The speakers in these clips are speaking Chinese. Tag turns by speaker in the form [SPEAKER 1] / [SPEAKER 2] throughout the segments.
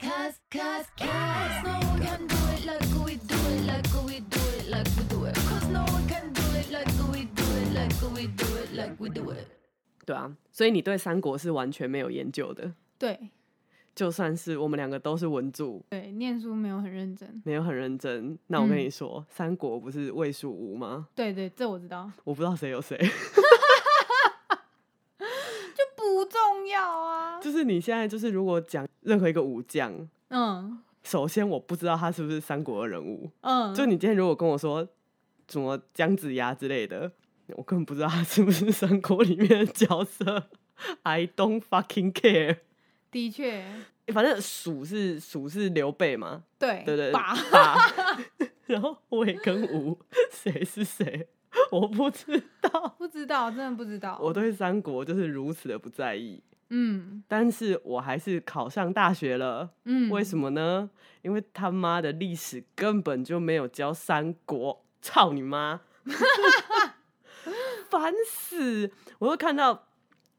[SPEAKER 1] Cause, cause no one can do it like we do it, like we do it, like we do it. Cause no one can do it like we do it, like we do it, like we do it.
[SPEAKER 2] 对啊，所以你对三国是完全没有研究的。
[SPEAKER 3] 对
[SPEAKER 2] 就算是我们两个都是文著，
[SPEAKER 3] 对，念书没有很认真。
[SPEAKER 2] 没有很认真，那我跟
[SPEAKER 3] 嗯
[SPEAKER 2] 你说，三国不是魏蜀吴吗？
[SPEAKER 3] 对对，这我知道，
[SPEAKER 2] 我不知道谁 有谁，
[SPEAKER 3] 就不重要啊。
[SPEAKER 2] 就是你现在就是如果讲任何一个武将，
[SPEAKER 3] 嗯
[SPEAKER 2] 首先我不知道他是不是三国的人物，
[SPEAKER 3] 嗯，
[SPEAKER 2] 就你今天如果跟我说什么姜子牙之类的，我根本不知道他是不是三国里面的角色 ，I don't fucking care。
[SPEAKER 3] 的确
[SPEAKER 2] 欸反正蜀是蜀是刘备嘛，
[SPEAKER 3] 对
[SPEAKER 2] 对对对
[SPEAKER 3] 吧？
[SPEAKER 2] 把 然后魏跟吴谁是谁，我不知道。
[SPEAKER 3] 不知道，真的不知道。
[SPEAKER 2] 我对三国就是如此的不在意，
[SPEAKER 3] 嗯
[SPEAKER 2] 但是我还是考上大学了。
[SPEAKER 3] 嗯，
[SPEAKER 2] 为什
[SPEAKER 3] 么？
[SPEAKER 2] 么呢？因为他妈的历史根本就没有教三国，操你妈！ 烦死！我又看到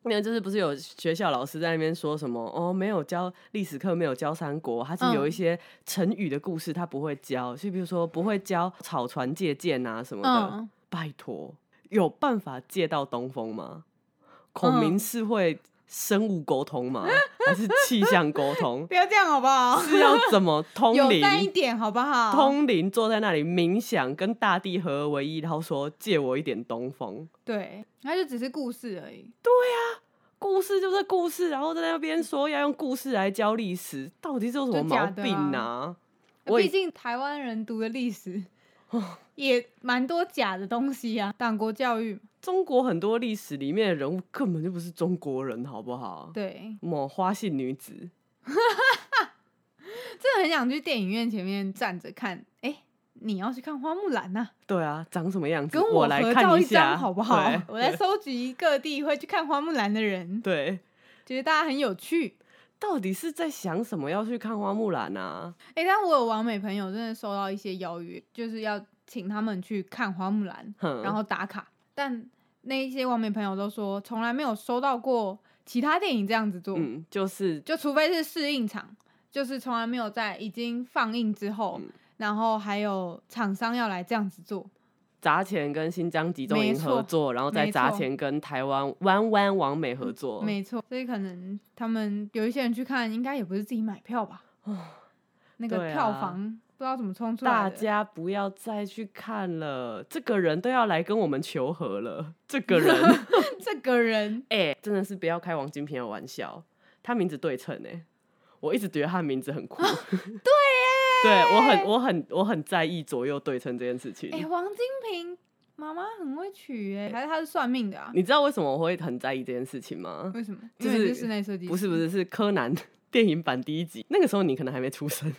[SPEAKER 2] 那个，就是不是有学校老师在那边说什么哦，没有教历史课，没有教三国，他是有一
[SPEAKER 3] 嗯
[SPEAKER 2] 些成语的故事他不会教，就比如说不会教草船借箭啊什么的。
[SPEAKER 3] 嗯，
[SPEAKER 2] 拜托，有办法借到东风吗？孔明
[SPEAKER 3] 嗯
[SPEAKER 2] 是会生物沟通吗？还是气象沟通？
[SPEAKER 3] 不要这样好不好？
[SPEAKER 2] 是要怎 么通
[SPEAKER 3] 友
[SPEAKER 2] 灵？
[SPEAKER 3] 善一点好不好？
[SPEAKER 2] 通灵坐在那里冥想，跟大地合而为一，然后说借我一点东风。
[SPEAKER 3] 对，它就只是故事而已。
[SPEAKER 2] 故事就是故事，然后在那边说要用故事来教历史，到底是有什么
[SPEAKER 3] 就假
[SPEAKER 2] 毛
[SPEAKER 3] 的
[SPEAKER 2] 病啊
[SPEAKER 3] 啊？
[SPEAKER 2] 我也哦
[SPEAKER 3] 毕竟台湾人读的历史也蛮多假的东西啊，党国教育嘛。
[SPEAKER 2] 中国很多历史里面的人物根本就不是中国人，好不好？
[SPEAKER 3] 对，
[SPEAKER 2] 某花姓女子，
[SPEAKER 3] 真的很想去电影院前面站着看。哎、你要去看花木兰呐、
[SPEAKER 2] 对啊，长什么样子？
[SPEAKER 3] 跟
[SPEAKER 2] 我来
[SPEAKER 3] 合
[SPEAKER 2] 看
[SPEAKER 3] 照一
[SPEAKER 2] 下，
[SPEAKER 3] 张好不 好
[SPEAKER 2] 对？
[SPEAKER 3] 我来搜集各地会去看花木兰的人，
[SPEAKER 2] 对，
[SPEAKER 3] 觉得大家很有趣。
[SPEAKER 2] 到底是在想什么要去看花木兰啊？
[SPEAKER 3] 哎、但我有网美朋友真的收到一些邀约，就是要请他们去看花木兰，
[SPEAKER 2] 哼，
[SPEAKER 3] 然后打卡。但那一些网美朋友都说，从来没有收到过其他电影这样子做，
[SPEAKER 2] 嗯，就是
[SPEAKER 3] 就除非是试映场，就是从来没有在已经放映之后，
[SPEAKER 2] 嗯
[SPEAKER 3] 然后还有厂商要来这样子做。
[SPEAKER 2] 砸钱跟新疆集中
[SPEAKER 3] 没
[SPEAKER 2] 营合
[SPEAKER 3] 错
[SPEAKER 2] 作，然后再
[SPEAKER 3] 没
[SPEAKER 2] 砸
[SPEAKER 3] 错
[SPEAKER 2] 钱跟台湾湾湾王美合作。
[SPEAKER 3] 没错，所以可能他们有一些人去看，应该也不是自己买票吧？那个
[SPEAKER 2] 哦对啊
[SPEAKER 3] 票房、不知道怎么冲出来
[SPEAKER 2] 大
[SPEAKER 3] 的。
[SPEAKER 2] 家不要再去看了，这个人都要来跟我们求和 了。这个人，
[SPEAKER 3] 这个人
[SPEAKER 2] 哎、真的是不要开王金平的玩笑，他名字对称哎、我一直觉得他的名字很 酷。对耶，对我很我很我很在意左右对称这件事情。
[SPEAKER 3] 哎、王金平妈妈很会取哎、还是他是算命的啊？
[SPEAKER 2] 你知道为什么我会很在意这件事情吗？
[SPEAKER 3] 为什么？
[SPEAKER 2] 就
[SPEAKER 3] 因嗯为你
[SPEAKER 2] 是
[SPEAKER 3] 是室内设计，
[SPEAKER 2] 不是不，是，是柯南 电影版第一集，那个时候你可能还没出生。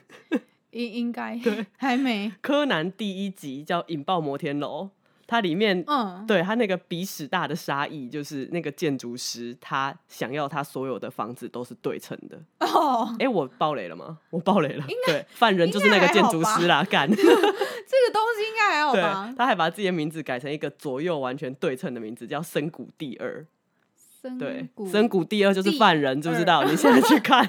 [SPEAKER 3] 应应该还没，
[SPEAKER 2] 柯南第一集叫《引爆摩天楼》，它里面、
[SPEAKER 3] 嗯，
[SPEAKER 2] 对它那个鼻屎大的杀意，就是那个建筑师他想要他所有的房子都是对称的。
[SPEAKER 3] 哦，
[SPEAKER 2] 哎、我爆雷了吗？我爆雷了。对，犯人就是那个
[SPEAKER 3] 应该
[SPEAKER 2] 建
[SPEAKER 3] 还好
[SPEAKER 2] 筑
[SPEAKER 3] 吧
[SPEAKER 2] 师啦，干。
[SPEAKER 3] 这个东西应该还好吧
[SPEAKER 2] 对，？他还把自己的名字改成一个左右完全对称的名字，叫深谷第二。对
[SPEAKER 3] 深，谷，
[SPEAKER 2] 深谷第二就是犯人，知不知道？你现在去 看，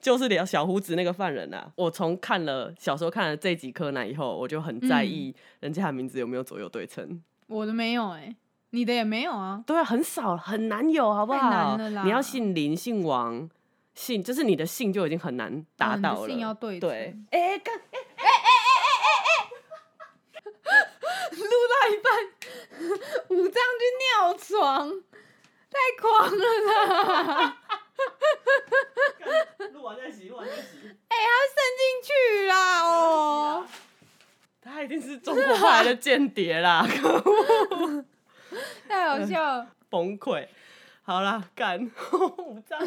[SPEAKER 2] 就是聊小胡子那个犯人啊。我从看了小时候看了这集柯南以后，我就很在意
[SPEAKER 3] 嗯
[SPEAKER 2] 人家的名字有没有左右对称。
[SPEAKER 3] 我的没有哎、你的也没有啊？
[SPEAKER 2] 对啊，很少，很难有，好不
[SPEAKER 3] 太
[SPEAKER 2] 好？
[SPEAKER 3] 难了啦
[SPEAKER 2] 你要姓林、姓王、姓，就是你的姓就已经很难达
[SPEAKER 3] 嗯你的
[SPEAKER 2] 到了。
[SPEAKER 3] 姓要对称
[SPEAKER 2] 对，哎、干
[SPEAKER 3] 录到一半，五藏去尿床，太狂了啦！
[SPEAKER 2] 录完再洗，录完再洗。
[SPEAKER 3] 哎、他渗进去啦哦，
[SPEAKER 2] 他一定是中国派来的间谍啦，
[SPEAKER 3] 太好笑了。
[SPEAKER 2] 崩溃。好啦，干 五 脏。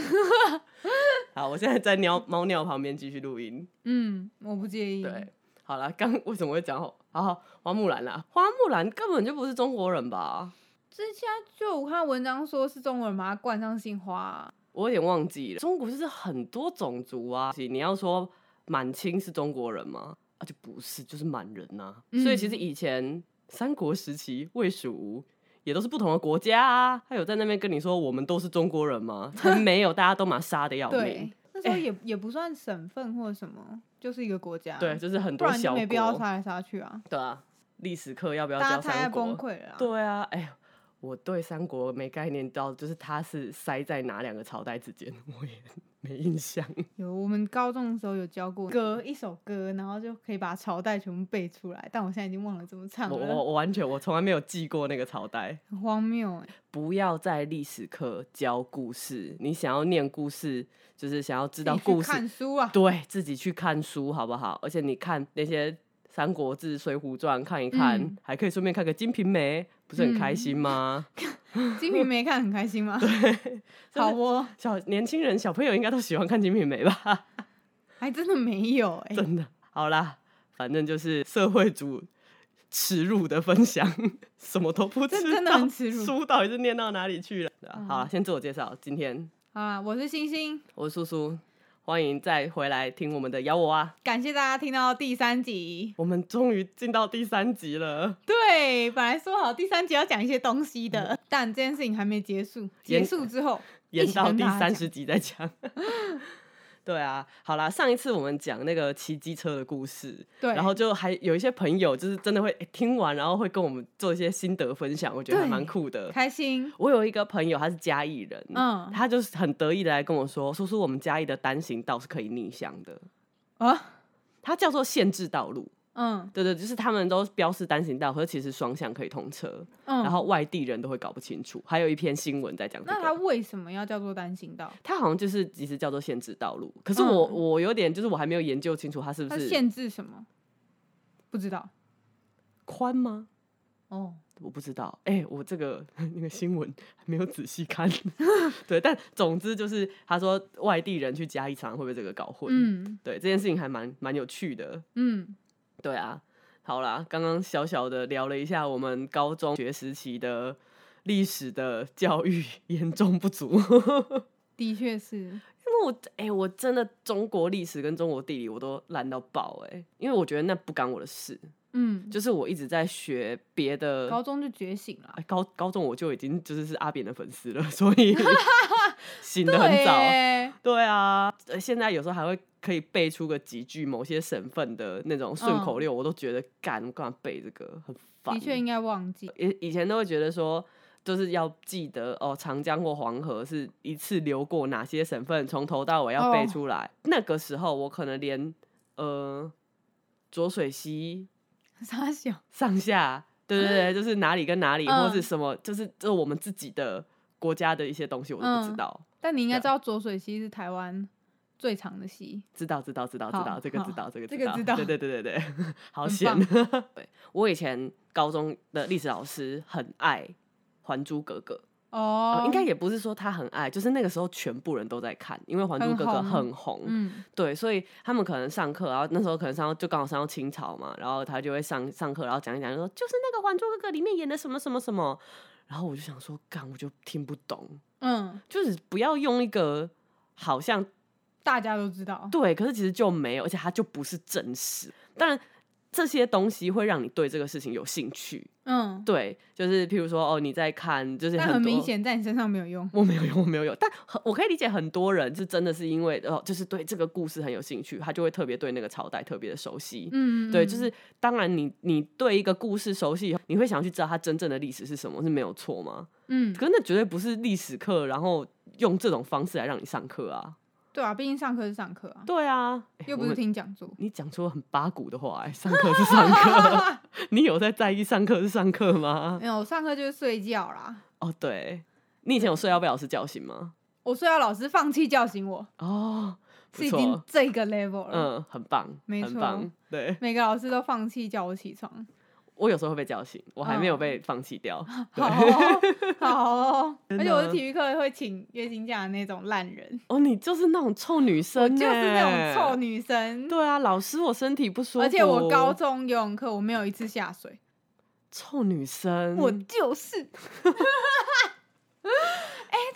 [SPEAKER 2] 好，我现在在尿猫尿旁边继续录音。
[SPEAKER 3] 嗯，我不介意。
[SPEAKER 2] 对，好啦，刚为什么会讲好？好，花木兰啦，花木兰根本就不是中国人吧？
[SPEAKER 3] 之前就我看文章说是中国人把它冠上姓花啊、
[SPEAKER 2] 我有点忘记了，中国就是很多种族啊。你要说满清是中国人吗？啊，就不是，就是满人呐、所以其实
[SPEAKER 3] 嗯
[SPEAKER 2] 以前三国时期，魏、蜀、吴也都是不同的国家啊。他有在那边跟你说我们都是中国人吗？才没有，大家都蛮杀的要命
[SPEAKER 3] 对。，那时候
[SPEAKER 2] 哎
[SPEAKER 3] 也、也不算省份或什么，就是一个国家，
[SPEAKER 2] 对，就是很
[SPEAKER 3] 啊不
[SPEAKER 2] 多
[SPEAKER 3] 然就
[SPEAKER 2] 小
[SPEAKER 3] 没必要
[SPEAKER 2] 国，
[SPEAKER 3] 杀来杀去啊，
[SPEAKER 2] 对啊，历史课要不要
[SPEAKER 3] 大家
[SPEAKER 2] 教
[SPEAKER 3] 太
[SPEAKER 2] 三
[SPEAKER 3] 崩
[SPEAKER 2] 国？
[SPEAKER 3] 溃了、啊。
[SPEAKER 2] 对啊，哎、呀，我对三国没概念到，就是它是塞在哪两个朝代之间， 我也没印 象。
[SPEAKER 3] 有我们高中的时候有教过歌一首歌，然后就可以把朝代全部背出来，但我现在已经忘了怎么唱
[SPEAKER 2] 我
[SPEAKER 3] 了
[SPEAKER 2] 我，我完全我从来没有记过那个朝代。
[SPEAKER 3] 很荒谬、欸。
[SPEAKER 2] 不要在历史课教故事，你想要念故事，就是想要知
[SPEAKER 3] 知
[SPEAKER 2] 道故事，
[SPEAKER 3] 看书啊，
[SPEAKER 2] 对自己去看书好不好？而且你看那些《三国志》《水浒传》看一看，
[SPEAKER 3] 嗯
[SPEAKER 2] 还可以顺便看个《金瓶梅》，不是很开心吗？
[SPEAKER 3] 金瓶梅看很开 心吗？好哦，
[SPEAKER 2] 小年轻人、小朋友应该都喜欢看《金瓶梅》吧？
[SPEAKER 3] 还真的没有哎、
[SPEAKER 2] 真的，好啦，反正就是社会主。耻辱的分享， 什么都不知
[SPEAKER 3] 这
[SPEAKER 2] 道，
[SPEAKER 3] 真的很耻辱
[SPEAKER 2] 书到底是念到哪里去了？对啊
[SPEAKER 3] 嗯
[SPEAKER 2] 好了，先自我介绍，今天
[SPEAKER 3] 好啦，我是星星，
[SPEAKER 2] 我是苏苏，欢迎再回来听我们的咬我啊！
[SPEAKER 3] 感谢大家听到第三集。
[SPEAKER 2] 我们终于进到第三集了，
[SPEAKER 3] 对，本来说好第三集要讲一些东西
[SPEAKER 2] 嗯
[SPEAKER 3] 的，但这件事情还没结束。
[SPEAKER 2] 延
[SPEAKER 3] 结束之后，
[SPEAKER 2] 演到第三
[SPEAKER 3] 三
[SPEAKER 2] 十集再讲。 对啊，好啦，上一次我们讲那个骑机车的故事，
[SPEAKER 3] 对，
[SPEAKER 2] 然后就还有一些朋友就是真的会、诶听完，然后会跟我们做一些心得分享，我觉得还
[SPEAKER 3] 对
[SPEAKER 2] 蛮酷的。
[SPEAKER 3] 开心，
[SPEAKER 2] 我有一个朋友，他是嘉义人，
[SPEAKER 3] 嗯
[SPEAKER 2] 他就是很得意的来跟我说，叔叔，我们嘉义的单行道是可以逆向的，呃
[SPEAKER 3] 啊，
[SPEAKER 2] 它叫做限制道路。
[SPEAKER 3] 嗯
[SPEAKER 2] 对对，就是他们都标示单行道，可是其实双向可以通车，
[SPEAKER 3] 嗯，
[SPEAKER 2] 然后外地人都会搞不清楚。还有一篇新闻在讲这
[SPEAKER 3] 那它
[SPEAKER 2] 个，
[SPEAKER 3] 为什么要叫做单行道？
[SPEAKER 2] 它好像就是其实叫做限制道路，可是我、
[SPEAKER 3] 嗯
[SPEAKER 2] 我有点就是我还没有研究清楚它是不
[SPEAKER 3] 它
[SPEAKER 2] 是
[SPEAKER 3] 限制什么？不知道
[SPEAKER 2] 宽吗？
[SPEAKER 3] 哦，
[SPEAKER 2] 我不知道，哎、我这个 那个新闻还没有仔细看， 对，但总之就是他说外地人去嘉义常常会被这个搞混，
[SPEAKER 3] 嗯
[SPEAKER 2] 对，这件事情还蛮蛮有趣的，
[SPEAKER 3] 嗯，
[SPEAKER 2] 对啊，好啦，刚刚小小的聊了一下我们高中学时期的历史的教育严重不足， 因
[SPEAKER 3] 的确是，
[SPEAKER 2] 为我哎、我真的中国历史跟中国地理我都烂到爆哎、因为我觉得那不干我的事，
[SPEAKER 3] 嗯，
[SPEAKER 2] 就是我一直在学别的。
[SPEAKER 3] 高中就觉醒了，
[SPEAKER 2] 哎高高中我就已经就是是阿扁的粉丝了， 所 以醒的很早。
[SPEAKER 3] 对耶，
[SPEAKER 2] 对啊，呃现在有时候还会可以背出个几句某些省份的那种顺口溜，我都觉得干，我干嘛背这个，很烦。
[SPEAKER 3] 嗯的确应该忘记，
[SPEAKER 2] 以以前都会觉得说，就是要记得哦，长江或黄河是一次流过哪些省份，从头到尾要背
[SPEAKER 3] 哦
[SPEAKER 2] 出来。那个时候我可能连呃浊水溪
[SPEAKER 3] 傻小，
[SPEAKER 2] 上下，对对对，就是哪里跟哪里，或
[SPEAKER 3] 嗯
[SPEAKER 2] 是什么，就是这我们自己的国家的一些东西，我都不知
[SPEAKER 3] 嗯
[SPEAKER 2] 道。
[SPEAKER 3] 但你应该
[SPEAKER 2] 对啊
[SPEAKER 3] 知道浊水溪是台湾最长的溪，
[SPEAKER 2] 知道，知道，知道，知道，
[SPEAKER 3] 好
[SPEAKER 2] 这个
[SPEAKER 3] 好
[SPEAKER 2] 知道，这个
[SPEAKER 3] 这个知道
[SPEAKER 2] 对对对对 对，好
[SPEAKER 3] 很
[SPEAKER 2] 险
[SPEAKER 3] 棒！
[SPEAKER 2] 对，我以前高中的历史老师很爱《还珠格格》
[SPEAKER 3] 哦
[SPEAKER 2] 呃，应该也不是说他很爱，就是那个时候全部人都在看，因为《还珠
[SPEAKER 3] 很
[SPEAKER 2] 格格》
[SPEAKER 3] 红
[SPEAKER 2] 很红，
[SPEAKER 3] 嗯
[SPEAKER 2] 对，所以他们可能上课，然后那时候可能上到就刚好上到清朝嘛，然后他就会上上课，然后讲一讲，就说就是那个《还珠格格》里面演的什么什么什么，然后我就想说，干，我就听不懂，
[SPEAKER 3] 嗯，
[SPEAKER 2] 就是不要用一个好像
[SPEAKER 3] 大家都知道，
[SPEAKER 2] 对，可是其实就没有，而且它就不是真实。当然，这些东西会让你对这个事情有兴趣。
[SPEAKER 3] 嗯，
[SPEAKER 2] 对，就是譬如说，哦，你在看，就是
[SPEAKER 3] 但
[SPEAKER 2] 很
[SPEAKER 3] 很
[SPEAKER 2] 多
[SPEAKER 3] 明，显在你身上没有用，
[SPEAKER 2] 我没有用，我没有用。但很我可以理解很多人是真的是因为哦，就是对这个故事很有兴趣，他就会特别对那个朝代特别的熟悉。
[SPEAKER 3] 嗯，
[SPEAKER 2] 对，
[SPEAKER 3] 嗯
[SPEAKER 2] 就是当然你，你对一个故事熟悉以后，你会想去知道它真正的历史是什么，是没有错吗？
[SPEAKER 3] 嗯，
[SPEAKER 2] 可是那绝对不是历史课，然后用这种方式来让你上课啊。
[SPEAKER 3] 对啊，毕竟上课是上课啊，
[SPEAKER 2] 对啊，哎
[SPEAKER 3] 又
[SPEAKER 2] 我
[SPEAKER 3] 不是
[SPEAKER 2] 们
[SPEAKER 3] 听讲座，
[SPEAKER 2] 你讲出了很八股的话、欸，上课 是上课，你有在在意上课是上课吗？
[SPEAKER 3] 没有我上课就是睡觉啦。
[SPEAKER 2] 哦，对，你以前有睡到被老师叫醒吗？
[SPEAKER 3] 我睡到老师放弃叫醒我，
[SPEAKER 2] 哦，不
[SPEAKER 3] 是已经
[SPEAKER 2] 错，
[SPEAKER 3] 这个 level 了。
[SPEAKER 2] 嗯，很棒，
[SPEAKER 3] 没
[SPEAKER 2] 很
[SPEAKER 3] 错
[SPEAKER 2] 棒。对
[SPEAKER 3] 每个老师都放弃叫我起床，
[SPEAKER 2] 我有时候会被叫醒，我还没有
[SPEAKER 3] 嗯
[SPEAKER 2] 被放弃掉。
[SPEAKER 3] 好哦、好、哦，
[SPEAKER 2] 真
[SPEAKER 3] 而
[SPEAKER 2] 的
[SPEAKER 3] 且我是体育课会请月经假的那种烂人，
[SPEAKER 2] 哦，你就是那种臭女
[SPEAKER 3] 我
[SPEAKER 2] 生、
[SPEAKER 3] 就是那种臭
[SPEAKER 2] 女。
[SPEAKER 3] 女生。
[SPEAKER 2] 对啊，老师，我身体不舒服，
[SPEAKER 3] 而且我高中游泳课我没有一次下水，
[SPEAKER 2] 臭女生，
[SPEAKER 3] 我就是，哎、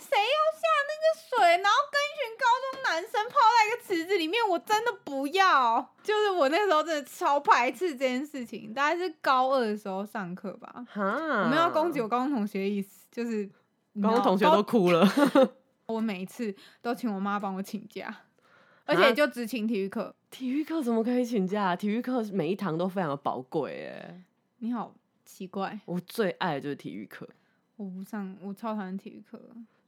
[SPEAKER 3] 谁要下那个水，然后跟一群高中男生泡在一个池子里面，我真的不要。就是我那时候真的超排斥这件事情，大概是高二的时候上课吧。
[SPEAKER 2] 哈，
[SPEAKER 3] 我们要攻击我高中同学的意思，就是你
[SPEAKER 2] 嗯
[SPEAKER 3] 知
[SPEAKER 2] 高中
[SPEAKER 3] 道
[SPEAKER 2] 同学都
[SPEAKER 3] 高
[SPEAKER 2] 哭了。
[SPEAKER 3] 我每一次都请我妈帮我请假，而
[SPEAKER 2] 啊
[SPEAKER 3] 且就只请体育课。
[SPEAKER 2] 体育课怎么可以请假？体育课每一堂都非常的宝贵哎，
[SPEAKER 3] 你好奇怪，
[SPEAKER 2] 我最爱的就是体育课，
[SPEAKER 3] 我不上，我超讨厌体育课。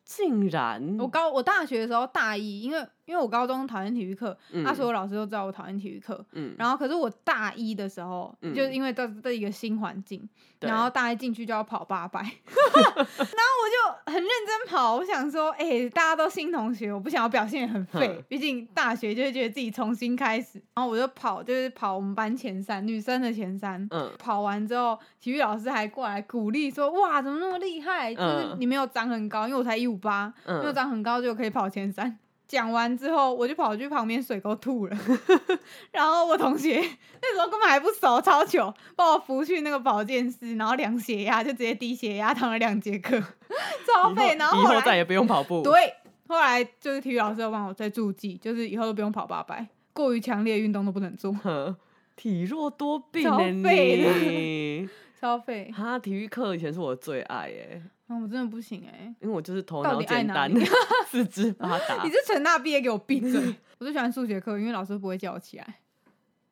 [SPEAKER 2] 竟然
[SPEAKER 3] 我高我大学的时候大一，因为因为我高中讨厌体育课，
[SPEAKER 2] 嗯
[SPEAKER 3] 啊，所有老师都知道我讨厌体育课。
[SPEAKER 2] 嗯，
[SPEAKER 3] 然后可是我大一的时候，
[SPEAKER 2] 嗯
[SPEAKER 3] 就是因为这这一个新环境，
[SPEAKER 2] 对
[SPEAKER 3] 然后大一进去就要跑八百，然 后我就很认真跑，我想说，哎、大家都新同学，我不想要表现得很废
[SPEAKER 2] 哼，
[SPEAKER 3] 毕竟大学就会觉得自己重新开始。然后我就跑，就是跑我们班前三，女生的前三。
[SPEAKER 2] 嗯
[SPEAKER 3] 跑完之后，体育老师还过来鼓励说：“哇，怎么那么厉害？就是
[SPEAKER 2] 嗯
[SPEAKER 3] 你没有长很高，因为我才一五八，没有
[SPEAKER 2] 嗯，
[SPEAKER 3] 长很高就可以跑前三。讲完之后，我就跑去旁边水沟吐了。 然后我同学那时候根本还不熟，超糗，把我扶去那个保健室，然后量血压，就直接低血压躺了两节课， 超
[SPEAKER 2] 以
[SPEAKER 3] 废。
[SPEAKER 2] 后
[SPEAKER 3] 然后
[SPEAKER 2] 以
[SPEAKER 3] 后
[SPEAKER 2] 后再
[SPEAKER 3] 来
[SPEAKER 2] 也不用跑步，
[SPEAKER 3] 对，后来就是体育老师有帮我在注记，就是以后都不用跑八百，过于强烈的运动都不能做，
[SPEAKER 2] 哼，体弱多病
[SPEAKER 3] 超
[SPEAKER 2] 呢
[SPEAKER 3] 废的
[SPEAKER 2] 你。
[SPEAKER 3] 超废。
[SPEAKER 2] 哈，体育课以前是我的最爱耶，
[SPEAKER 3] 啊，我真的不行哎、
[SPEAKER 2] 因为我就是头
[SPEAKER 3] 到
[SPEAKER 2] 脑
[SPEAKER 3] 底爱
[SPEAKER 2] 简
[SPEAKER 3] 哪
[SPEAKER 2] 单
[SPEAKER 3] 里，
[SPEAKER 2] 四肢发达
[SPEAKER 3] 你。是成大毕业给我闭嘴！ 我最喜欢数学课，因为老师不会叫我起来。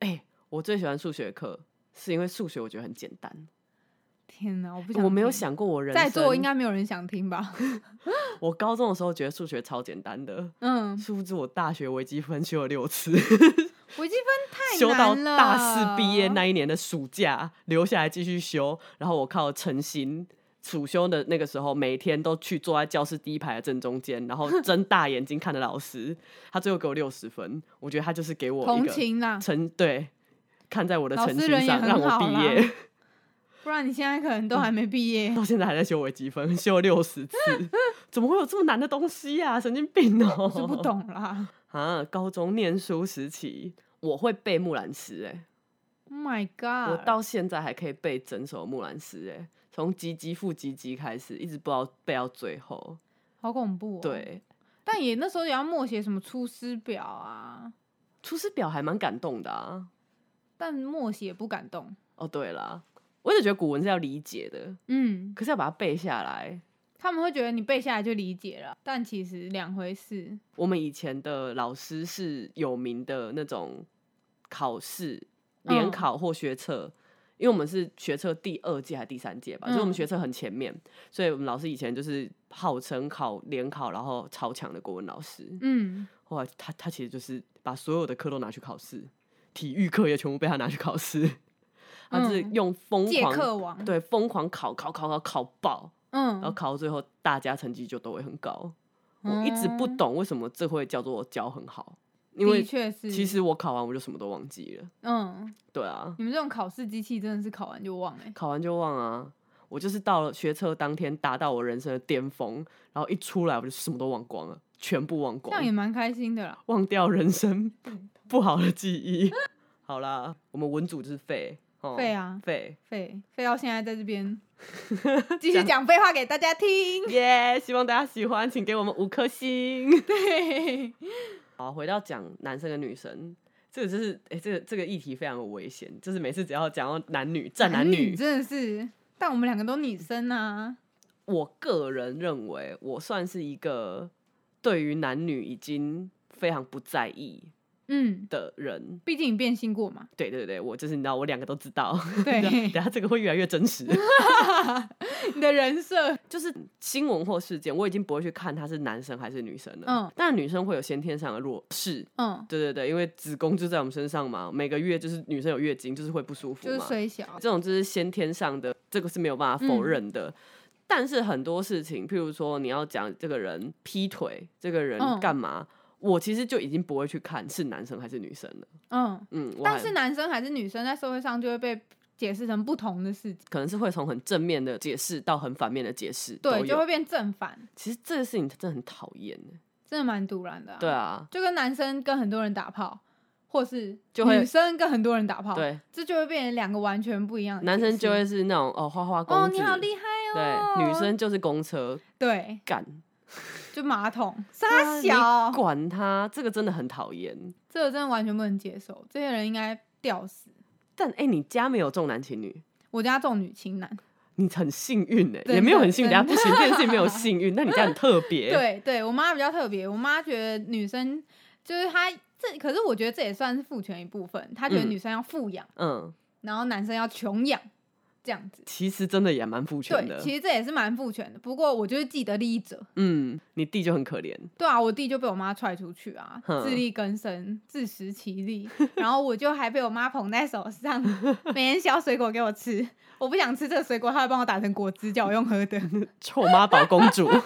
[SPEAKER 2] 哎，我最喜欢数学课，是因为数学我觉得很简单。
[SPEAKER 3] 天哪，我不想，
[SPEAKER 2] 我没有。想过我人
[SPEAKER 3] 在座
[SPEAKER 2] 生
[SPEAKER 3] 应该没有人想听吧？
[SPEAKER 2] 我高中的时候觉得数学超简单的，
[SPEAKER 3] 嗯，
[SPEAKER 2] 殊不知我大学微积分修了六次，
[SPEAKER 3] 微积分太
[SPEAKER 2] 修到
[SPEAKER 3] 难了
[SPEAKER 2] 大四毕业那一年的暑假留下来继续修，然后我靠诚心。暑修的那个时候，每天都去坐在教室第一排的正中间，然 后睁大眼睛看着老师。他最后给我六十分，我觉得他就是给我一
[SPEAKER 3] 同
[SPEAKER 2] 个
[SPEAKER 3] 情啦，
[SPEAKER 2] 诚对，看在我的
[SPEAKER 3] 老
[SPEAKER 2] 诚
[SPEAKER 3] 师
[SPEAKER 2] 心
[SPEAKER 3] 人也
[SPEAKER 2] 上，
[SPEAKER 3] 很
[SPEAKER 2] 让我
[SPEAKER 3] 好
[SPEAKER 2] 毕
[SPEAKER 3] 啦
[SPEAKER 2] 业，
[SPEAKER 3] 不然你现在可能都还没毕业。
[SPEAKER 2] 到现在还在修微积分，修了六十次，怎么会有这么难的东西呀、神经病哦、
[SPEAKER 3] 我是不懂啦
[SPEAKER 2] 啊！高中念书时期，我会背木兰诗，哎，
[SPEAKER 3] ，Oh my
[SPEAKER 2] 我
[SPEAKER 3] god！
[SPEAKER 2] 到现在还可以背整首木兰诗，哎，从唧唧复唧唧开始，一直不知道背到最后。
[SPEAKER 3] 好恐怖、哦。，
[SPEAKER 2] 对，
[SPEAKER 3] 但也那时候也要默写什么《出师表》啊，
[SPEAKER 2] 出师表还蛮感动的啊。
[SPEAKER 3] 但默写不感动。
[SPEAKER 2] 哦，对啦，我一直觉得古文是要理解的，
[SPEAKER 3] 嗯，
[SPEAKER 2] 可是要把它背下来，
[SPEAKER 3] 他们会觉得你背下来就理解了，但其实两回事。
[SPEAKER 2] 我们以前的老师是有名的那种考试
[SPEAKER 3] 嗯
[SPEAKER 2] 联考或学测。因为我们是学测第二届还是第三届吧，
[SPEAKER 3] 嗯
[SPEAKER 2] 所以我们学测很前面，所以我们老师以前就是号称考联考然后超强的国文老师，
[SPEAKER 3] 嗯，
[SPEAKER 2] 后来他他其实就是把所有的课都拿去考试，体育课也全部被他拿去考试，他就是
[SPEAKER 3] 嗯
[SPEAKER 2] 用疯
[SPEAKER 3] 借
[SPEAKER 2] 狂、
[SPEAKER 3] 课王。
[SPEAKER 2] 对疯狂考考考考考爆，然后
[SPEAKER 3] 嗯，
[SPEAKER 2] 考到最后大家成绩就都会很高。我一直不
[SPEAKER 3] 嗯，
[SPEAKER 2] 懂为什么这会叫做教很好，因
[SPEAKER 3] 的
[SPEAKER 2] 为
[SPEAKER 3] 确是。
[SPEAKER 2] 其，实我考完我就什么都忘记了。
[SPEAKER 3] 嗯，
[SPEAKER 2] 对啊，
[SPEAKER 3] 你们这种考试机器真的是考完就忘哎、
[SPEAKER 2] 考完就忘啊。我就是到了学车当天达到我人生的巅峰，然后一出来我就什么都忘光了，全部忘
[SPEAKER 3] 这
[SPEAKER 2] 光
[SPEAKER 3] 样，也蛮开心的啦。
[SPEAKER 2] 忘掉人生 不好的记忆。 好啦，我们文组就是废，哦
[SPEAKER 3] 废啊
[SPEAKER 2] 废，
[SPEAKER 3] 废废到现在在 这边继续讲废话给大家听。
[SPEAKER 2] 耶、希望大家喜欢，请给我们五颗星。
[SPEAKER 3] 对，
[SPEAKER 2] 好，回到讲男生跟女生，这个就是，哎、这个这个议题非常的危险，就是每次只要讲到男女站男女，
[SPEAKER 3] 嗯真的是，但我们两个都女生啊。
[SPEAKER 2] 我个人认为我算是一个对于男女已经非常不在意
[SPEAKER 3] 嗯，
[SPEAKER 2] 的人。
[SPEAKER 3] 毕竟你变性过 嘛。
[SPEAKER 2] 对对对，我就是你知道，我两个都知道。
[SPEAKER 3] 对
[SPEAKER 2] 等下这个会越来越真实。
[SPEAKER 3] 你的人设，
[SPEAKER 2] 就是新闻或事件，我已经不会去看他是男生还是女生了。
[SPEAKER 3] 嗯，
[SPEAKER 2] 但女生会有先天上的弱势。
[SPEAKER 3] 嗯，
[SPEAKER 2] 对对对，因为子宫就在我们身上嘛，每个月就是女生有月经，就是会不舒服
[SPEAKER 3] 就是
[SPEAKER 2] 嘛。
[SPEAKER 3] 水小。
[SPEAKER 2] 这种就是先天上的，这个是没有办法
[SPEAKER 3] 嗯
[SPEAKER 2] 否认的。但是很多事情，譬如说你要讲这个人劈腿，这个人
[SPEAKER 3] 嗯
[SPEAKER 2] 干嘛，我其实就已经不会去看是男生还是女生了。
[SPEAKER 3] 嗯，
[SPEAKER 2] 嗯，我还
[SPEAKER 3] 但是男生还是女生，在社会上就会被解释成不同的事情，
[SPEAKER 2] 可能是会从很正面的解释到很反面的解释都
[SPEAKER 3] 对，就
[SPEAKER 2] 有
[SPEAKER 3] 会。变正反，
[SPEAKER 2] 其实这个事情真的很讨厌欸，
[SPEAKER 3] 真的蛮突然的、啊。
[SPEAKER 2] 对，啊，
[SPEAKER 3] 就跟男生跟很多人打炮，或是
[SPEAKER 2] 就会
[SPEAKER 3] 女生跟很多人打炮，，
[SPEAKER 2] 对，
[SPEAKER 3] 这就会变成两个完全不一样的解
[SPEAKER 2] 男
[SPEAKER 3] 释。
[SPEAKER 2] 生就会是那种哦花花公子，
[SPEAKER 3] 哦，你好厉害哦。
[SPEAKER 2] 对，女生就是公车
[SPEAKER 3] 对，
[SPEAKER 2] 干，
[SPEAKER 3] 就马桶，
[SPEAKER 2] 啊
[SPEAKER 3] 傻
[SPEAKER 2] 你
[SPEAKER 3] 小，
[SPEAKER 2] 管他，这个真的很讨厌。
[SPEAKER 3] 这个真的完全不能接受，这些人应该吊死。
[SPEAKER 2] 但哎、欸你家没有重男轻女，
[SPEAKER 3] 我家重女轻男，
[SPEAKER 2] 你很幸运哎、
[SPEAKER 3] 真的
[SPEAKER 2] 也没有很幸运，
[SPEAKER 3] 真
[SPEAKER 2] 等
[SPEAKER 3] 的
[SPEAKER 2] 下不行，这件事情没有 幸运，那你家很特别。，
[SPEAKER 3] 对对，我妈比较特别，我妈觉得女生就是她这可是我觉得这也算是父权一部分，他觉得
[SPEAKER 2] 嗯
[SPEAKER 3] 女生要富养，
[SPEAKER 2] 嗯，
[SPEAKER 3] 然后男生要穷养，这样子。
[SPEAKER 2] 其实真的也蛮父权
[SPEAKER 3] 对，
[SPEAKER 2] 的。
[SPEAKER 3] 其实这也是蛮父权的。不过我就是既得利益者，
[SPEAKER 2] 嗯，你弟就很可怜。
[SPEAKER 3] 对啊，我弟就被我妈踹出去啊，
[SPEAKER 2] 哼
[SPEAKER 3] 自力更生，自食其力。然后我就还被我妈捧在手 上，每天削水果给我吃。我不想吃这个水果，她会帮我打成果汁，叫我用喝的。
[SPEAKER 2] 臭妈宝公主。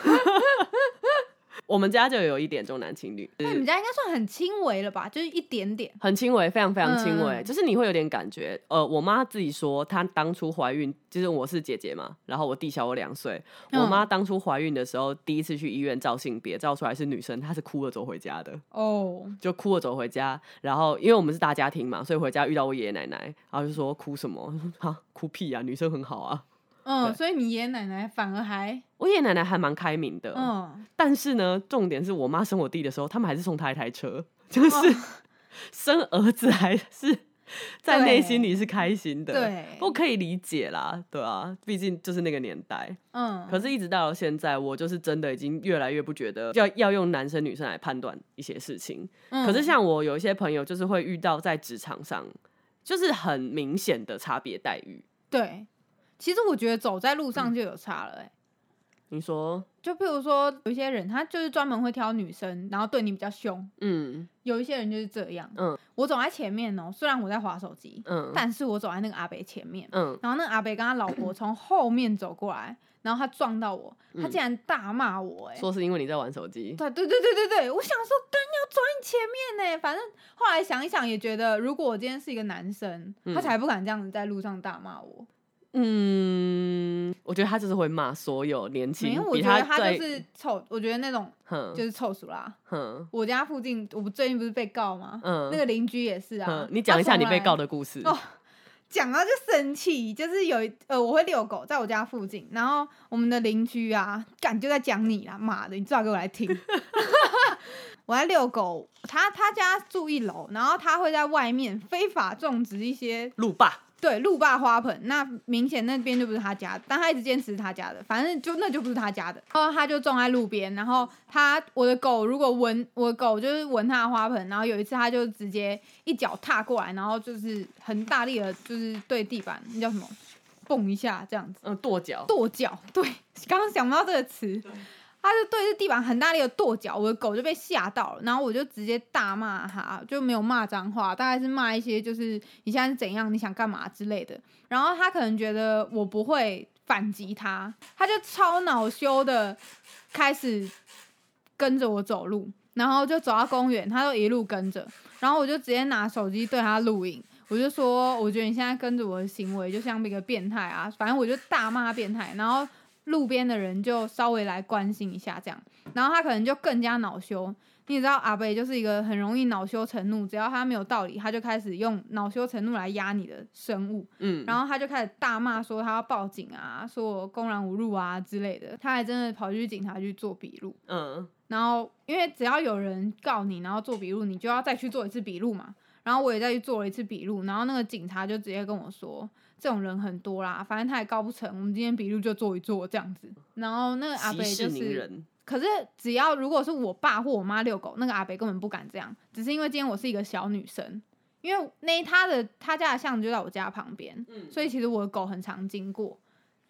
[SPEAKER 2] 我们家就有一点重男轻女，
[SPEAKER 3] 那你们家应该算很轻微了吧？就是一点点。
[SPEAKER 2] 很轻微，非常非常轻微，
[SPEAKER 3] 嗯
[SPEAKER 2] 就是你会有点感觉。呃，我妈自己说，她当初怀孕，就是我是姐姐嘛，然后我弟小我两岁。
[SPEAKER 3] 嗯
[SPEAKER 2] 我妈当初怀孕的时候，第一次去医院照性别，照出来是女生，她是哭着走回家的，
[SPEAKER 3] 哦，
[SPEAKER 2] 就哭着走回家。然后因为我们是大家庭嘛，所以回家遇到我爷爷奶奶，然后就说哭什么？ 哈，哭屁啊，女生很好啊。
[SPEAKER 3] 嗯，
[SPEAKER 2] 对
[SPEAKER 3] 所以你爷爷奶奶反而还，
[SPEAKER 2] 我爷爷奶奶还蛮开明的，
[SPEAKER 3] 嗯，
[SPEAKER 2] 但是呢，重点是我妈生我弟的时候，他们还是送他一台车，
[SPEAKER 3] 哦
[SPEAKER 2] 就是、 生儿子还 是在内心里是开心的，
[SPEAKER 3] 对
[SPEAKER 2] 不可以理解啦，对啊，毕竟就是那个年代。
[SPEAKER 3] 嗯，
[SPEAKER 2] 可是，一直到了现在，我就是真的已经越来越不觉得要要用男生女生来判断一些事情。
[SPEAKER 3] 嗯
[SPEAKER 2] 可是，像我有一些朋友，就是会遇到在职场上，就是很明显的差别待遇。
[SPEAKER 3] 对，其实我觉得走在路
[SPEAKER 2] 嗯
[SPEAKER 3] 上就有差了、欸，
[SPEAKER 2] 你说，
[SPEAKER 3] 就譬如说有一些人，他就是专门会挑女生，然后对你比较凶，
[SPEAKER 2] 嗯
[SPEAKER 3] 有一些人就是这样，
[SPEAKER 2] 嗯，
[SPEAKER 3] 我走在前面哦、虽然我在划手机，
[SPEAKER 2] 嗯
[SPEAKER 3] 但是我走在那个阿北前面，
[SPEAKER 2] 嗯，
[SPEAKER 3] 然后那个阿北跟他老婆从后面走过来，然后他撞到我，他
[SPEAKER 2] 嗯
[SPEAKER 3] 竟然大骂我、欸，哎。
[SPEAKER 2] 说是因为你在玩手机，
[SPEAKER 3] 对对对对对对，我想说，干要走在你前面呢、反正后来想一想，也觉得如果我今天是一个男生，
[SPEAKER 2] 嗯
[SPEAKER 3] 他才不敢这样子在路上大骂我。
[SPEAKER 2] 嗯，我觉得他就是会骂所有年轻
[SPEAKER 3] 没有，，我
[SPEAKER 2] 比
[SPEAKER 3] 觉得他
[SPEAKER 2] 在嗯
[SPEAKER 3] 就是臭，我觉得那种
[SPEAKER 2] 哼
[SPEAKER 3] 就是臭鼠啦。
[SPEAKER 2] 哼
[SPEAKER 3] 我家附近，我不最近不是被告吗？
[SPEAKER 2] 嗯
[SPEAKER 3] 那个邻居也是啊
[SPEAKER 2] 哼，。你讲一下你被告
[SPEAKER 3] 的。
[SPEAKER 2] 的故事。
[SPEAKER 3] 哦讲到就生气，就是有一呃，我会遛狗，在我家附近，然后我们的邻居啊，敢就在讲你啦，妈的，你最好给我来听。 我在遛狗，他他家住一楼，然后他会在外面非法种植一些
[SPEAKER 2] 路霸，
[SPEAKER 3] 对路霸花盆，那明显那边就不是他家的，但他一直坚持是他家的，反正就那就不是他家的。然后他就种在路边，然后他我的狗如果闻我的狗就是闻他的花盆，然后有一次他就直接一脚踏过来，然后就是很大力的，就是对地板那叫什么蹦一下这样子，
[SPEAKER 2] 嗯，跺脚，
[SPEAKER 3] 跺脚，对，刚刚想不到这个词。他就对着地板很大力的跺脚，我的狗就被吓到了，然后我就直接大骂他，就没有骂脏话，大概是骂一些就是你现在是怎样，你想干嘛之类的。然后他可能觉得我不会反击他，他就超恼羞的开始跟着我走路，然后就走到公园，他就一路跟着，然后我就直接拿手机对他录影，我就说，我觉得你现在跟着我的行为就像一个变态啊，反正我就大骂他变态，然后路边的人就稍微来关心一下这样，然后他可能就更加恼羞。你也知道阿北就是一个很容易恼羞成怒，只要他没有道理，他就开始用恼羞成怒来压你的生物。
[SPEAKER 2] 嗯，
[SPEAKER 3] 然后他就开始大骂说他要报警啊，说我公然侮辱啊之类的，他还真的跑去警察局做笔录。
[SPEAKER 2] 嗯，
[SPEAKER 3] 然后因为只要有人告你，然后做笔录，你就要再去做一次笔录嘛。然后我也再去做了一次笔录，然后那个警察就直接跟我说，这种人很多啦，反正他也告不成，我们今天笔录就做一做这样子。然后那个阿
[SPEAKER 2] 息
[SPEAKER 3] 北
[SPEAKER 2] 事
[SPEAKER 3] 就
[SPEAKER 2] 宁
[SPEAKER 3] 是，
[SPEAKER 2] 人，
[SPEAKER 3] 可是只要如果是我爸或我妈遛狗，那个阿北根本不敢这样，只是因为今天我是一个小女生，因为那他的他家的巷子就在我家旁边，
[SPEAKER 2] 嗯
[SPEAKER 3] 所以其实我的狗很常经过。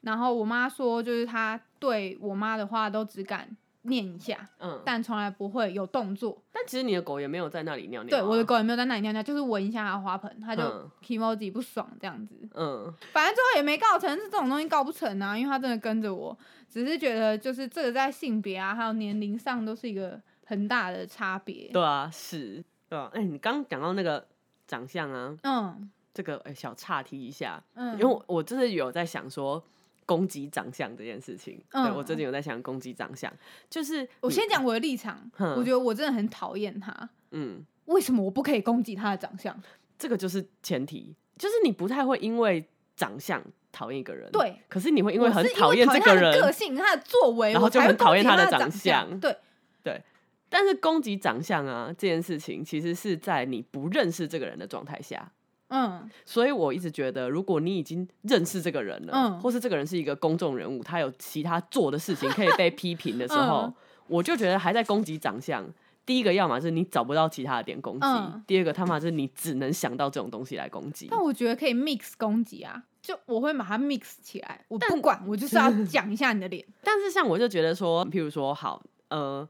[SPEAKER 3] 然后我妈说，就是她对我妈的话都只敢念一下，
[SPEAKER 2] 嗯，但
[SPEAKER 3] 但从来不会有动作。
[SPEAKER 2] 但其实你的狗也没有在那里尿啊尿，
[SPEAKER 3] 对，我的，狗也没有在那里尿尿，就是闻一下它的花盆，它就
[SPEAKER 2] 嗯
[SPEAKER 3] emoji 不爽这样子。
[SPEAKER 2] 嗯
[SPEAKER 3] 反正最后也没告成，是这种东西告不成啊，因为它真的跟着我。只是觉得就是这个在性别啊，还有年龄上都是一个很大的差别。
[SPEAKER 2] 对啊，是，对啊，哎，你刚讲到那个长相啊，
[SPEAKER 3] 嗯
[SPEAKER 2] 这个哎小岔题一下，
[SPEAKER 3] 嗯，
[SPEAKER 2] 因为我我就是有在想说。攻击长相这件事情，对
[SPEAKER 3] 嗯
[SPEAKER 2] 我最近有在想攻击长相，就是
[SPEAKER 3] 我
[SPEAKER 2] 你
[SPEAKER 3] 先，讲我的立场，
[SPEAKER 2] 嗯哼
[SPEAKER 3] 我觉得我真的很讨厌他。
[SPEAKER 2] 嗯，
[SPEAKER 3] 为什么我不可以攻击他的长相？
[SPEAKER 2] 这个就是前提，就是你不太会因为长相讨厌一个人，
[SPEAKER 3] 对。
[SPEAKER 2] 可是你会因
[SPEAKER 3] 我
[SPEAKER 2] 为
[SPEAKER 3] 是
[SPEAKER 2] 很
[SPEAKER 3] 因为
[SPEAKER 2] 讨厌这个
[SPEAKER 3] 讨厌他的个
[SPEAKER 2] 人，
[SPEAKER 3] 性、他的作为，
[SPEAKER 2] 然后
[SPEAKER 3] 我
[SPEAKER 2] 就
[SPEAKER 3] 才会
[SPEAKER 2] 很讨厌
[SPEAKER 3] 攻击
[SPEAKER 2] 他的
[SPEAKER 3] 他
[SPEAKER 2] 长
[SPEAKER 3] 长
[SPEAKER 2] 相
[SPEAKER 3] 对，
[SPEAKER 2] 但是攻击长相啊这件事情，其实是在你不认识这个人的状态下。
[SPEAKER 3] 嗯
[SPEAKER 2] 所以我一直觉得，如果你已经认识这个人了，
[SPEAKER 3] 嗯
[SPEAKER 2] 或是这个人是一个公众人物，他有其他做的事情可以被批评的时候，
[SPEAKER 3] 嗯
[SPEAKER 2] 我就觉得还在攻击长相。第一个要么是你找不到其他的点攻击，
[SPEAKER 3] 嗯
[SPEAKER 2] 第二个他妈是你只能想到这种东西来攻击
[SPEAKER 3] 但。我觉得可以 mix 攻击啊，就我会把它 mix 起来，我不管，我就是要讲一下你的脸。
[SPEAKER 2] 但是像我就觉得说，譬如说好，呃，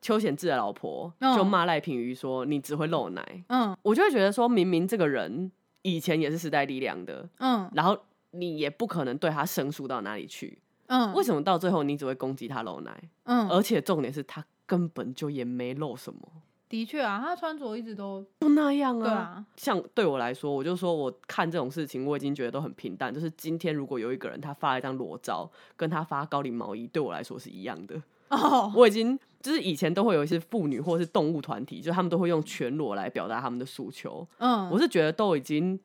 [SPEAKER 2] 邱显志的老婆
[SPEAKER 3] 嗯
[SPEAKER 2] 就骂赖品妤说你只会露奶，
[SPEAKER 3] 嗯
[SPEAKER 2] 我就会觉得说，明明这个人以前也是时代力量的，
[SPEAKER 3] 嗯
[SPEAKER 2] 然后你也不可能对他生疏到哪里去，
[SPEAKER 3] 嗯，
[SPEAKER 2] 为什么到最后你只会攻击他露奶？
[SPEAKER 3] 嗯，
[SPEAKER 2] 而且重点是他根本就也没露什么，
[SPEAKER 3] 的确啊，他穿着一 直都
[SPEAKER 2] 就那样
[SPEAKER 3] 对啊，
[SPEAKER 2] 像对我来说，我就说我看这种事情，我已经觉得都很平淡。就是今天如果有一个人他发了一张裸照，跟他发高领毛衣，对我来说是一样的。
[SPEAKER 3] 哦，
[SPEAKER 2] 我已经就是以前都会有一些妇女或是动物团体，就他们都会用全裸来表达他们的诉求。
[SPEAKER 3] 嗯，
[SPEAKER 2] 我是觉得都已经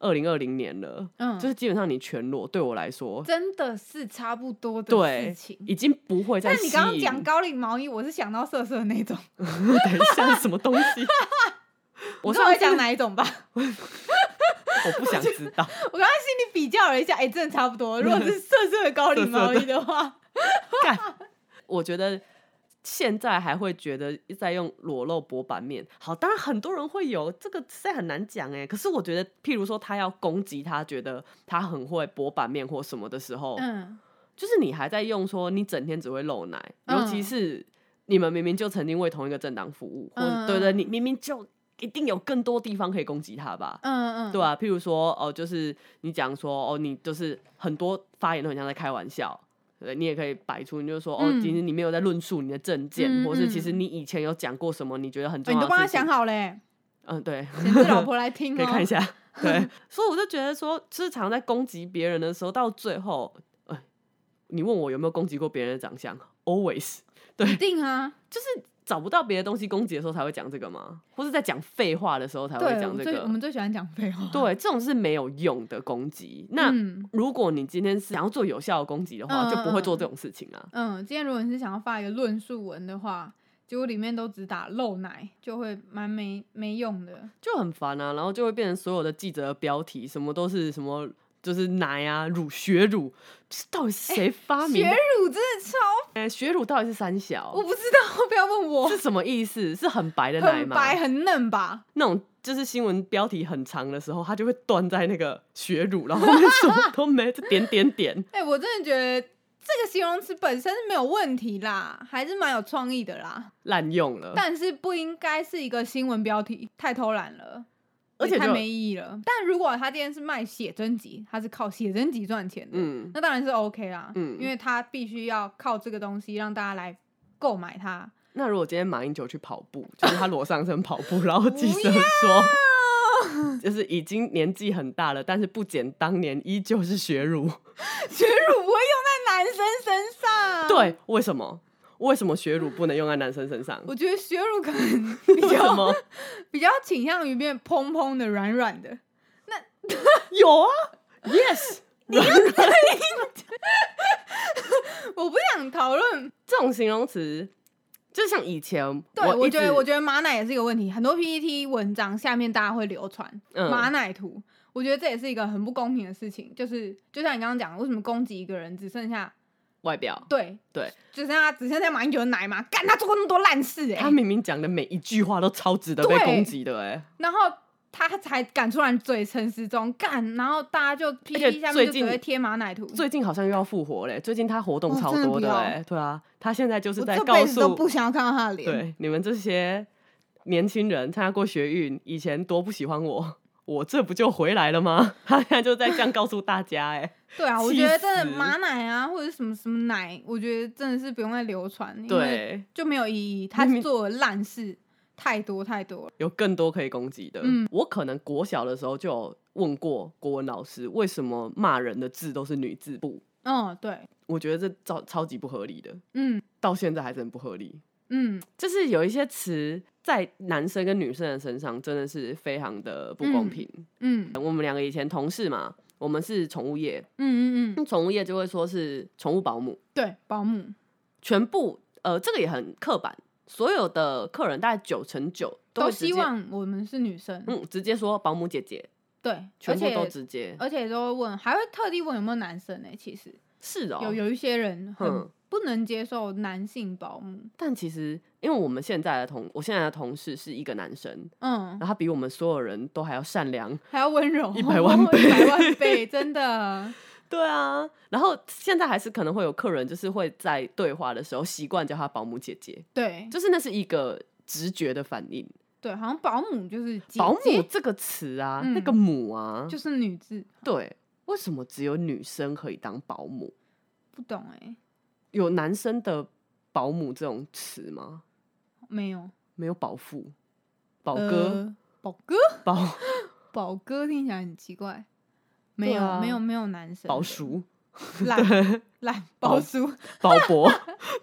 [SPEAKER 2] 二零二零年了，
[SPEAKER 3] 嗯
[SPEAKER 2] 就是基本上你全裸对我来说，
[SPEAKER 3] 真的是差不多的事
[SPEAKER 2] 对
[SPEAKER 3] 情，。
[SPEAKER 2] 已经不会再
[SPEAKER 3] 但
[SPEAKER 2] 吸
[SPEAKER 3] 你
[SPEAKER 2] 引。
[SPEAKER 3] 刚 刚讲高领毛衣，我是想到色色的那种，
[SPEAKER 2] 等一下什么东 西？我
[SPEAKER 3] 稍
[SPEAKER 2] 上
[SPEAKER 3] 微
[SPEAKER 2] 次
[SPEAKER 3] 讲哪一种吧。
[SPEAKER 2] 我不想知道。
[SPEAKER 3] 我刚刚心里比较了一下，哎、真的差不多。如果是色色的高领毛衣的话，
[SPEAKER 2] 干， 我觉得现在还会觉得在用裸露博版面。好，当然很多人会有这个，实在很难讲哎。可是我觉得，譬如说他要攻击他觉得他很会博版面或什么的时候，
[SPEAKER 3] 嗯
[SPEAKER 2] 就是你还在用说你整天只会露奶，
[SPEAKER 3] 嗯
[SPEAKER 2] 尤其是你们明明就曾经为同一个政党服务，或
[SPEAKER 3] 嗯
[SPEAKER 2] 者对对，你明明就一定有更多地方可以攻击他吧。
[SPEAKER 3] 嗯嗯，
[SPEAKER 2] 对啊，譬如说哦，就是你讲说哦，你就是很多发言都很像在开玩笑，对，你也可以摆出，你就说哦，
[SPEAKER 3] 嗯
[SPEAKER 2] 其实你没有在论述你的证件，
[SPEAKER 3] 嗯
[SPEAKER 2] 或是其
[SPEAKER 3] 嗯
[SPEAKER 2] 实你以前有讲过什么，你觉得很
[SPEAKER 3] 哎
[SPEAKER 2] 重
[SPEAKER 3] 你
[SPEAKER 2] 要、
[SPEAKER 3] 都帮他想，好嘞，
[SPEAKER 2] 嗯，对，
[SPEAKER 3] 简直老婆来听
[SPEAKER 2] 啊 可
[SPEAKER 3] 哦、
[SPEAKER 2] 以看一下， 对，所以我就觉得说，就是常在攻击别人的时候，到最后，哎，你问我有没有攻击过别人的长相，always
[SPEAKER 3] 一定啊，
[SPEAKER 2] 就是找不到别的东西攻击的时候才会讲这个吗？或是在讲废话的时候才会
[SPEAKER 3] 对，我
[SPEAKER 2] 讲
[SPEAKER 3] 们
[SPEAKER 2] 这
[SPEAKER 3] 最我
[SPEAKER 2] 个？
[SPEAKER 3] 们最喜欢讲废 话。
[SPEAKER 2] 对，这种是没有用的攻击。那、
[SPEAKER 3] 嗯
[SPEAKER 2] 如果你今天是想要做有效的攻击的话，
[SPEAKER 3] 嗯
[SPEAKER 2] 就不会做这种事情啊。
[SPEAKER 3] 嗯，今天如果你是想要发一个论述文的话，结果里面都只打漏奶，就会蛮没没用的。
[SPEAKER 2] 就很烦啊，然后就会变成所有的记者的标题什么都是什么。就是奶啊，乳血乳，是到底是谁发明
[SPEAKER 3] 哎
[SPEAKER 2] 的？
[SPEAKER 3] 血乳真的超，
[SPEAKER 2] 哎血乳到底是三
[SPEAKER 3] 我
[SPEAKER 2] 小
[SPEAKER 3] 不知道， 不要问我
[SPEAKER 2] 是，什么意思？是很白的奶
[SPEAKER 3] 很
[SPEAKER 2] 吗？
[SPEAKER 3] 白很嫩吧？
[SPEAKER 2] 那种就是新闻标题很长的时候，它就会断在那个血乳， 然后后面什么都没，就点点点。
[SPEAKER 3] 哎、我真的觉得这个形容词本身是没有问题啦，还是蛮有创意的啦。
[SPEAKER 2] 滥用了，
[SPEAKER 3] 但是不应该是一个新闻标题，太偷懒了，
[SPEAKER 2] 而且
[SPEAKER 3] 也太
[SPEAKER 2] 就
[SPEAKER 3] 没意义了。但如果他今天是卖写真集，他是靠写真集赚钱的，
[SPEAKER 2] 嗯，
[SPEAKER 3] 那当然是 OK 啦，
[SPEAKER 2] 嗯
[SPEAKER 3] 因为他必须要靠这个东西让大家来购买它。
[SPEAKER 2] 那如果今天马英九去跑步，就是他裸上身跑步，然后记者说，就是已经年纪很大了，但是不减当年依旧是学乳。
[SPEAKER 3] 血乳不会用在男生身上，，
[SPEAKER 2] 对，为什么？为什么学乳不能用在男生身 上？
[SPEAKER 3] 我觉得血乳 可能比
[SPEAKER 2] 为什
[SPEAKER 3] 较
[SPEAKER 2] 么？
[SPEAKER 3] 比较倾向于变蓬蓬的、软软的。
[SPEAKER 2] 有啊，yes，
[SPEAKER 3] 我不想讨论，
[SPEAKER 2] 这种形容词，就像以前，
[SPEAKER 3] 对我
[SPEAKER 2] 一
[SPEAKER 3] 觉
[SPEAKER 2] 直
[SPEAKER 3] 得我觉得马奶也是一个问题，很多 PPT 文章下面大家会流传，
[SPEAKER 2] 嗯
[SPEAKER 3] 马奶图，我觉得这也是一个很不公平的事情。就是就像你刚刚讲，的，为什么攻击一个人只剩下
[SPEAKER 2] 外表，
[SPEAKER 3] 对
[SPEAKER 2] 对，
[SPEAKER 3] 只剩下只剩下马英九的奶嘛？干他做过那么多烂事哎、
[SPEAKER 2] 他明明讲的每一句话都超值得被
[SPEAKER 3] 对
[SPEAKER 2] 攻击的、欸，
[SPEAKER 3] 然后他才敢出来嘴陈时中干，然后大家就 PPT
[SPEAKER 2] 且
[SPEAKER 3] 下面
[SPEAKER 2] 最
[SPEAKER 3] 就只
[SPEAKER 2] 近
[SPEAKER 3] 会贴马奶图，
[SPEAKER 2] 最近好像又要复活嘞、最近他活动
[SPEAKER 3] 哦
[SPEAKER 2] 超
[SPEAKER 3] 真的
[SPEAKER 2] 多
[SPEAKER 3] 不
[SPEAKER 2] 的、
[SPEAKER 3] 要
[SPEAKER 2] 欸，对啊，他现在就是
[SPEAKER 3] 我
[SPEAKER 2] 在
[SPEAKER 3] 这
[SPEAKER 2] 告
[SPEAKER 3] 辈子
[SPEAKER 2] 诉
[SPEAKER 3] 都不想要看到他的脸。
[SPEAKER 2] 对，你们这些年轻人参加过学运，以前多不喜欢我， 我这不就回来了吗？ 他现在就在这样告诉大家、哎，
[SPEAKER 3] 对啊，我
[SPEAKER 2] 气
[SPEAKER 3] 觉得真的
[SPEAKER 2] 死
[SPEAKER 3] 马奶啊，或者什么什么奶，我觉得真的是不用再流传，因为
[SPEAKER 2] 对，
[SPEAKER 3] 就没有意义。他
[SPEAKER 2] 明明
[SPEAKER 3] 做的烂事太多太多了。
[SPEAKER 2] 有更多可以攻击的。
[SPEAKER 3] 嗯
[SPEAKER 2] 我可能国小的时候就有问过国文老师，为什么骂人的字都是女字部？
[SPEAKER 3] 嗯，对，
[SPEAKER 2] 我觉得这超超级不合理的，
[SPEAKER 3] 嗯
[SPEAKER 2] 到现在还是很不合理。
[SPEAKER 3] 嗯
[SPEAKER 2] 就是有一些词在男生跟女生的身上真的是非常的不公平。
[SPEAKER 3] 嗯嗯
[SPEAKER 2] 我们两个以前同事嘛，我们是宠物业，
[SPEAKER 3] 嗯嗯，
[SPEAKER 2] 嗯宠物业就会说是宠物保姆，
[SPEAKER 3] 对，保姆，
[SPEAKER 2] 全部呃，这个也很刻板，所有的客人大概九成九
[SPEAKER 3] 都
[SPEAKER 2] 会直接
[SPEAKER 3] 希望我们是女生，
[SPEAKER 2] 嗯直接说保姆姐姐，
[SPEAKER 3] 对，而
[SPEAKER 2] 全部
[SPEAKER 3] 且呃
[SPEAKER 2] 都直接，
[SPEAKER 3] 而且都会问，还会特地问有没有男生呢、其实
[SPEAKER 2] 是哦，
[SPEAKER 3] 有有一些人很
[SPEAKER 2] 哼
[SPEAKER 3] 不能接受男性保姆，
[SPEAKER 2] 但其实因为我们现在的同我现在的同事是一个男生，
[SPEAKER 3] 嗯
[SPEAKER 2] 然，后他比我们所有人都还要善良。
[SPEAKER 3] 还要温柔，
[SPEAKER 2] 100万倍
[SPEAKER 3] 一百万倍，真的。
[SPEAKER 2] 对啊，然后现在还是可能会有客人就是会在对话的时候习惯叫他保姆姐姐，
[SPEAKER 3] 对
[SPEAKER 2] 就是那是一个直觉的反应。
[SPEAKER 3] 对，好像保姆就是姐
[SPEAKER 2] 保姆
[SPEAKER 3] 姐
[SPEAKER 2] 这个词啊，
[SPEAKER 3] 嗯
[SPEAKER 2] 那个母啊，
[SPEAKER 3] 就是女字，
[SPEAKER 2] 对，为什么只有女生可以当保姆？
[SPEAKER 3] 不懂哎、
[SPEAKER 2] 有男生的保姆这种词吗？
[SPEAKER 3] 没有。
[SPEAKER 2] 没有保父、保哥、
[SPEAKER 3] 呃，宝哥，
[SPEAKER 2] 保
[SPEAKER 3] 宝哥听起来很奇怪。没
[SPEAKER 2] 对
[SPEAKER 3] 有，
[SPEAKER 2] 啊
[SPEAKER 3] 没有，没有男生。
[SPEAKER 2] 保，叔、
[SPEAKER 3] 懒懒宝叔，
[SPEAKER 2] 保伯、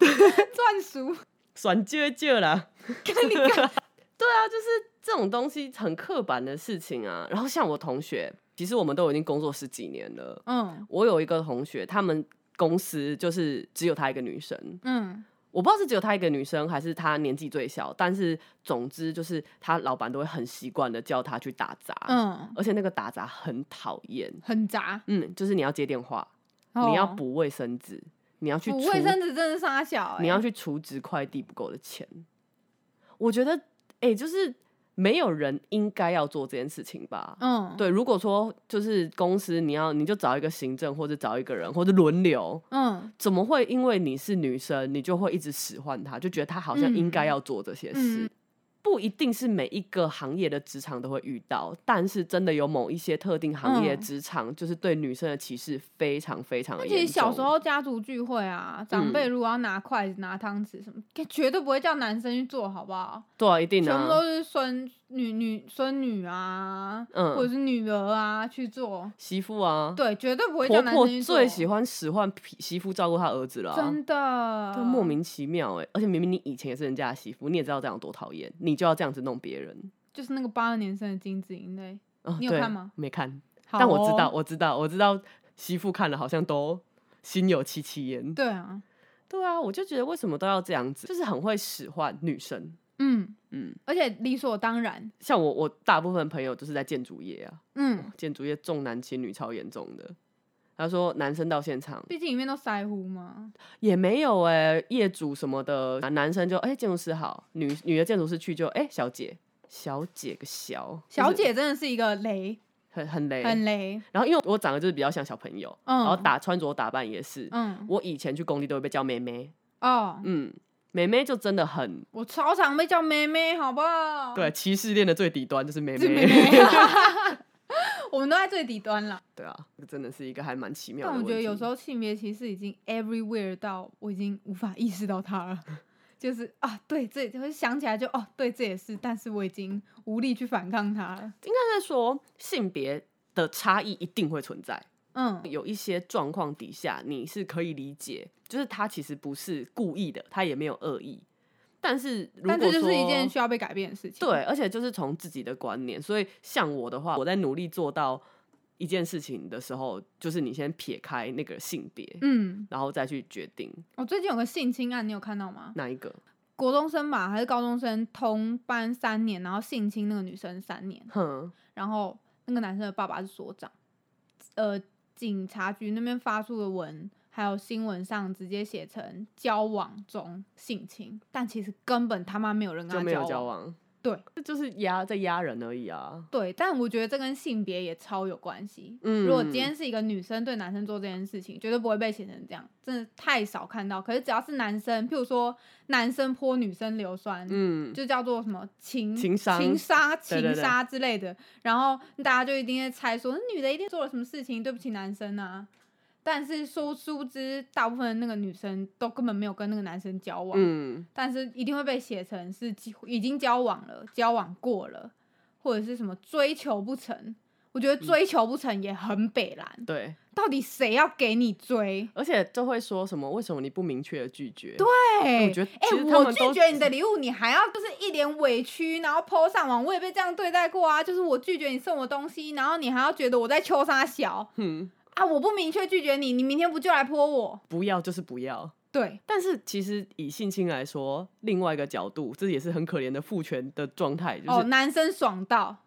[SPEAKER 3] 钻叔，
[SPEAKER 2] 酸倔倔啦。
[SPEAKER 3] 跟你干
[SPEAKER 2] 对啊，就是这种东西很刻板的事情啊。然后像我同学，其实我们都已经工作十几年了。
[SPEAKER 3] 嗯
[SPEAKER 2] 我有一个同学，他们公司就是只有她一个女生，
[SPEAKER 3] 嗯
[SPEAKER 2] 我不知道是只有她一个女生，还是她年纪最小，但是总之就是她老板都会很习惯的叫她去打杂，
[SPEAKER 3] 嗯，
[SPEAKER 2] 而且那个打杂很讨厌，
[SPEAKER 3] 很杂。
[SPEAKER 2] 嗯，就是你要接电话，
[SPEAKER 3] 哦
[SPEAKER 2] 你要补卫生纸，你要去
[SPEAKER 3] 补
[SPEAKER 2] 除
[SPEAKER 3] 卫生纸，真的傻小、欸。
[SPEAKER 2] 你要去除值快递不够的钱。我觉得，哎、就是没有人应该要做这件事情吧。
[SPEAKER 3] 嗯，
[SPEAKER 2] 对，如果说就是公司你要你就找一个行政或者找一个人或者轮流，
[SPEAKER 3] 嗯
[SPEAKER 2] 怎么会因为你是女生，你就会一直使唤她，就觉得她好像应该要做这些事？
[SPEAKER 3] 嗯嗯
[SPEAKER 2] 不一定是每一个行业的职场都会遇到，但是真的有某一些特定行业
[SPEAKER 3] 嗯
[SPEAKER 2] 职场，就是对女生的歧视非常非常的
[SPEAKER 3] 那
[SPEAKER 2] 严重。嗯
[SPEAKER 3] 其实小时候家族聚会啊，长辈如果要拿筷子、拿汤匙什么，绝对不会叫男生去做，好不好？
[SPEAKER 2] 对啊，一定
[SPEAKER 3] 全部都
[SPEAKER 2] 啊，
[SPEAKER 3] 是孙女、女孙女啊，
[SPEAKER 2] 嗯
[SPEAKER 3] 或者是女儿啊去做，
[SPEAKER 2] 媳妇啊，
[SPEAKER 3] 对，绝对不会叫
[SPEAKER 2] 婆
[SPEAKER 3] 男
[SPEAKER 2] 婆
[SPEAKER 3] 生去做。
[SPEAKER 2] 最喜欢使唤媳媳妇照顾她儿子了、啊，
[SPEAKER 3] 真的，
[SPEAKER 2] 就莫名其妙哎、而且明明你以前也是人家的媳妇，你也知道这样有多讨厌，你就要这样子弄别人。
[SPEAKER 3] 就是那个八二年生的金子英类。
[SPEAKER 2] 啊
[SPEAKER 3] 你有
[SPEAKER 2] 对
[SPEAKER 3] 看吗？
[SPEAKER 2] 没看，
[SPEAKER 3] 好
[SPEAKER 2] 但我知
[SPEAKER 3] 哦
[SPEAKER 2] 道，，我知道，我知道，媳妇看了好像都心有戚戚焉。
[SPEAKER 3] 对啊，
[SPEAKER 2] 对啊，我就觉得为什么都要这样子，就是很会使唤女生。
[SPEAKER 3] 嗯，
[SPEAKER 2] 嗯，
[SPEAKER 3] 而且理所当然，
[SPEAKER 2] 像我，我大部分朋友就是在建筑业啊，
[SPEAKER 3] 嗯，
[SPEAKER 2] 建筑业重男轻女超严重的。他说男生到现场
[SPEAKER 3] 毕竟里面都腮胡嘛，
[SPEAKER 2] 也没有哎、业主什么的，啊男生就哎、建筑师好，女女的建筑师去就哎、小姐，小姐个小
[SPEAKER 3] 小
[SPEAKER 2] 就是
[SPEAKER 3] 姐真的是一个雷，
[SPEAKER 2] 很很雷。
[SPEAKER 3] 很雷，
[SPEAKER 2] 然后因为我长得就是比较像小朋友，
[SPEAKER 3] 嗯
[SPEAKER 2] 然后打穿着打扮也是，
[SPEAKER 3] 嗯，
[SPEAKER 2] 我以前去工地都会被叫妹妹。
[SPEAKER 3] 哦，
[SPEAKER 2] 嗯，妹妹就真的很
[SPEAKER 3] 我超常被叫妹妹，好不好？
[SPEAKER 2] 对，歧视链的最底端就是妹
[SPEAKER 3] 是妹
[SPEAKER 2] 妹。
[SPEAKER 3] 妹，我们都在最底端了。
[SPEAKER 2] 对啊，这真的是一个还蛮奇妙的
[SPEAKER 3] 但
[SPEAKER 2] 问
[SPEAKER 3] 我
[SPEAKER 2] 题。
[SPEAKER 3] 觉得有时候性别歧视已经 everywhere 到我已经无法意识到它了，就是啊，对，这就会想起来就哦，对，这也是，但是我已经无力去反抗它了。
[SPEAKER 2] 应该是说性别的差异一定会存在，
[SPEAKER 3] 嗯，
[SPEAKER 2] 有一些状况底下你是可以理解，就是他其实不是故意的，他也没有恶意，但是如果
[SPEAKER 3] 但这就是一件
[SPEAKER 2] 说
[SPEAKER 3] 需要被改变的事情。
[SPEAKER 2] 对，，而且就是从自己的观念，所以像我的话，我在努力做到一件事情的时候，就是你先撇开那个性别，
[SPEAKER 3] 嗯，
[SPEAKER 2] 然后再去决定
[SPEAKER 3] 我最近有个性侵案，你有看到吗？
[SPEAKER 2] 哪一个。
[SPEAKER 3] 国中生吧还是高中生，同班三年，然后性侵那个女生三年，
[SPEAKER 2] 哼，
[SPEAKER 3] 然后那个男生的爸爸是所长，呃，警察局那边发出的文，还有新闻上直接写成交往中性侵，但其实根本他妈没有人跟
[SPEAKER 2] 就
[SPEAKER 3] 他
[SPEAKER 2] 没有
[SPEAKER 3] 往。
[SPEAKER 2] 交往，
[SPEAKER 3] 对，
[SPEAKER 2] 这就是压在压人而已啊。
[SPEAKER 3] 对，但我觉得这跟性别也超有关系。
[SPEAKER 2] 嗯
[SPEAKER 3] 如果今天是一个女生对男生做这件事情，绝对不会被写成这样，真的太少看到。可是只要是男生，譬如说男生泼女生硫酸，
[SPEAKER 2] 嗯，
[SPEAKER 3] 就叫做什么情
[SPEAKER 2] 情商
[SPEAKER 3] 情杀、
[SPEAKER 2] 对对
[SPEAKER 3] 情杀之类的。然后大家就一定会猜说，那女的一定做了什么事情，对不起男生啊。但是殊殊不知，大部分的那个女生都根本没有跟那个男生交往，
[SPEAKER 2] 嗯，
[SPEAKER 3] 但是一定会被写成是几已经交往了、交往过了，或者是什么追求不成。我觉
[SPEAKER 2] 嗯
[SPEAKER 3] 得追求不成也很北蓝，
[SPEAKER 2] 对，
[SPEAKER 3] 到底谁要给你追？
[SPEAKER 2] 而且就会说什么为什么你不明确的拒绝？对，
[SPEAKER 3] 对，
[SPEAKER 2] 我觉得
[SPEAKER 3] 哎、
[SPEAKER 2] 其实他
[SPEAKER 3] 我
[SPEAKER 2] 们
[SPEAKER 3] 拒
[SPEAKER 2] 都
[SPEAKER 3] 绝你的礼物，你还要就是一脸委屈，然后 PO 上网，我也被这样对待过啊。就是我拒绝你送我东西，然后你还要觉得我在秋沙小
[SPEAKER 2] 嗯，
[SPEAKER 3] 啊，我不明确拒绝你，你明天不就来 PO 我？
[SPEAKER 2] 不要就是不要。
[SPEAKER 3] 对，
[SPEAKER 2] 但是其实以性侵来说，
[SPEAKER 3] 哦
[SPEAKER 2] 另外一个角度，这也是很可怜的父权的状态，就是哎、
[SPEAKER 3] 哦，男生爽到，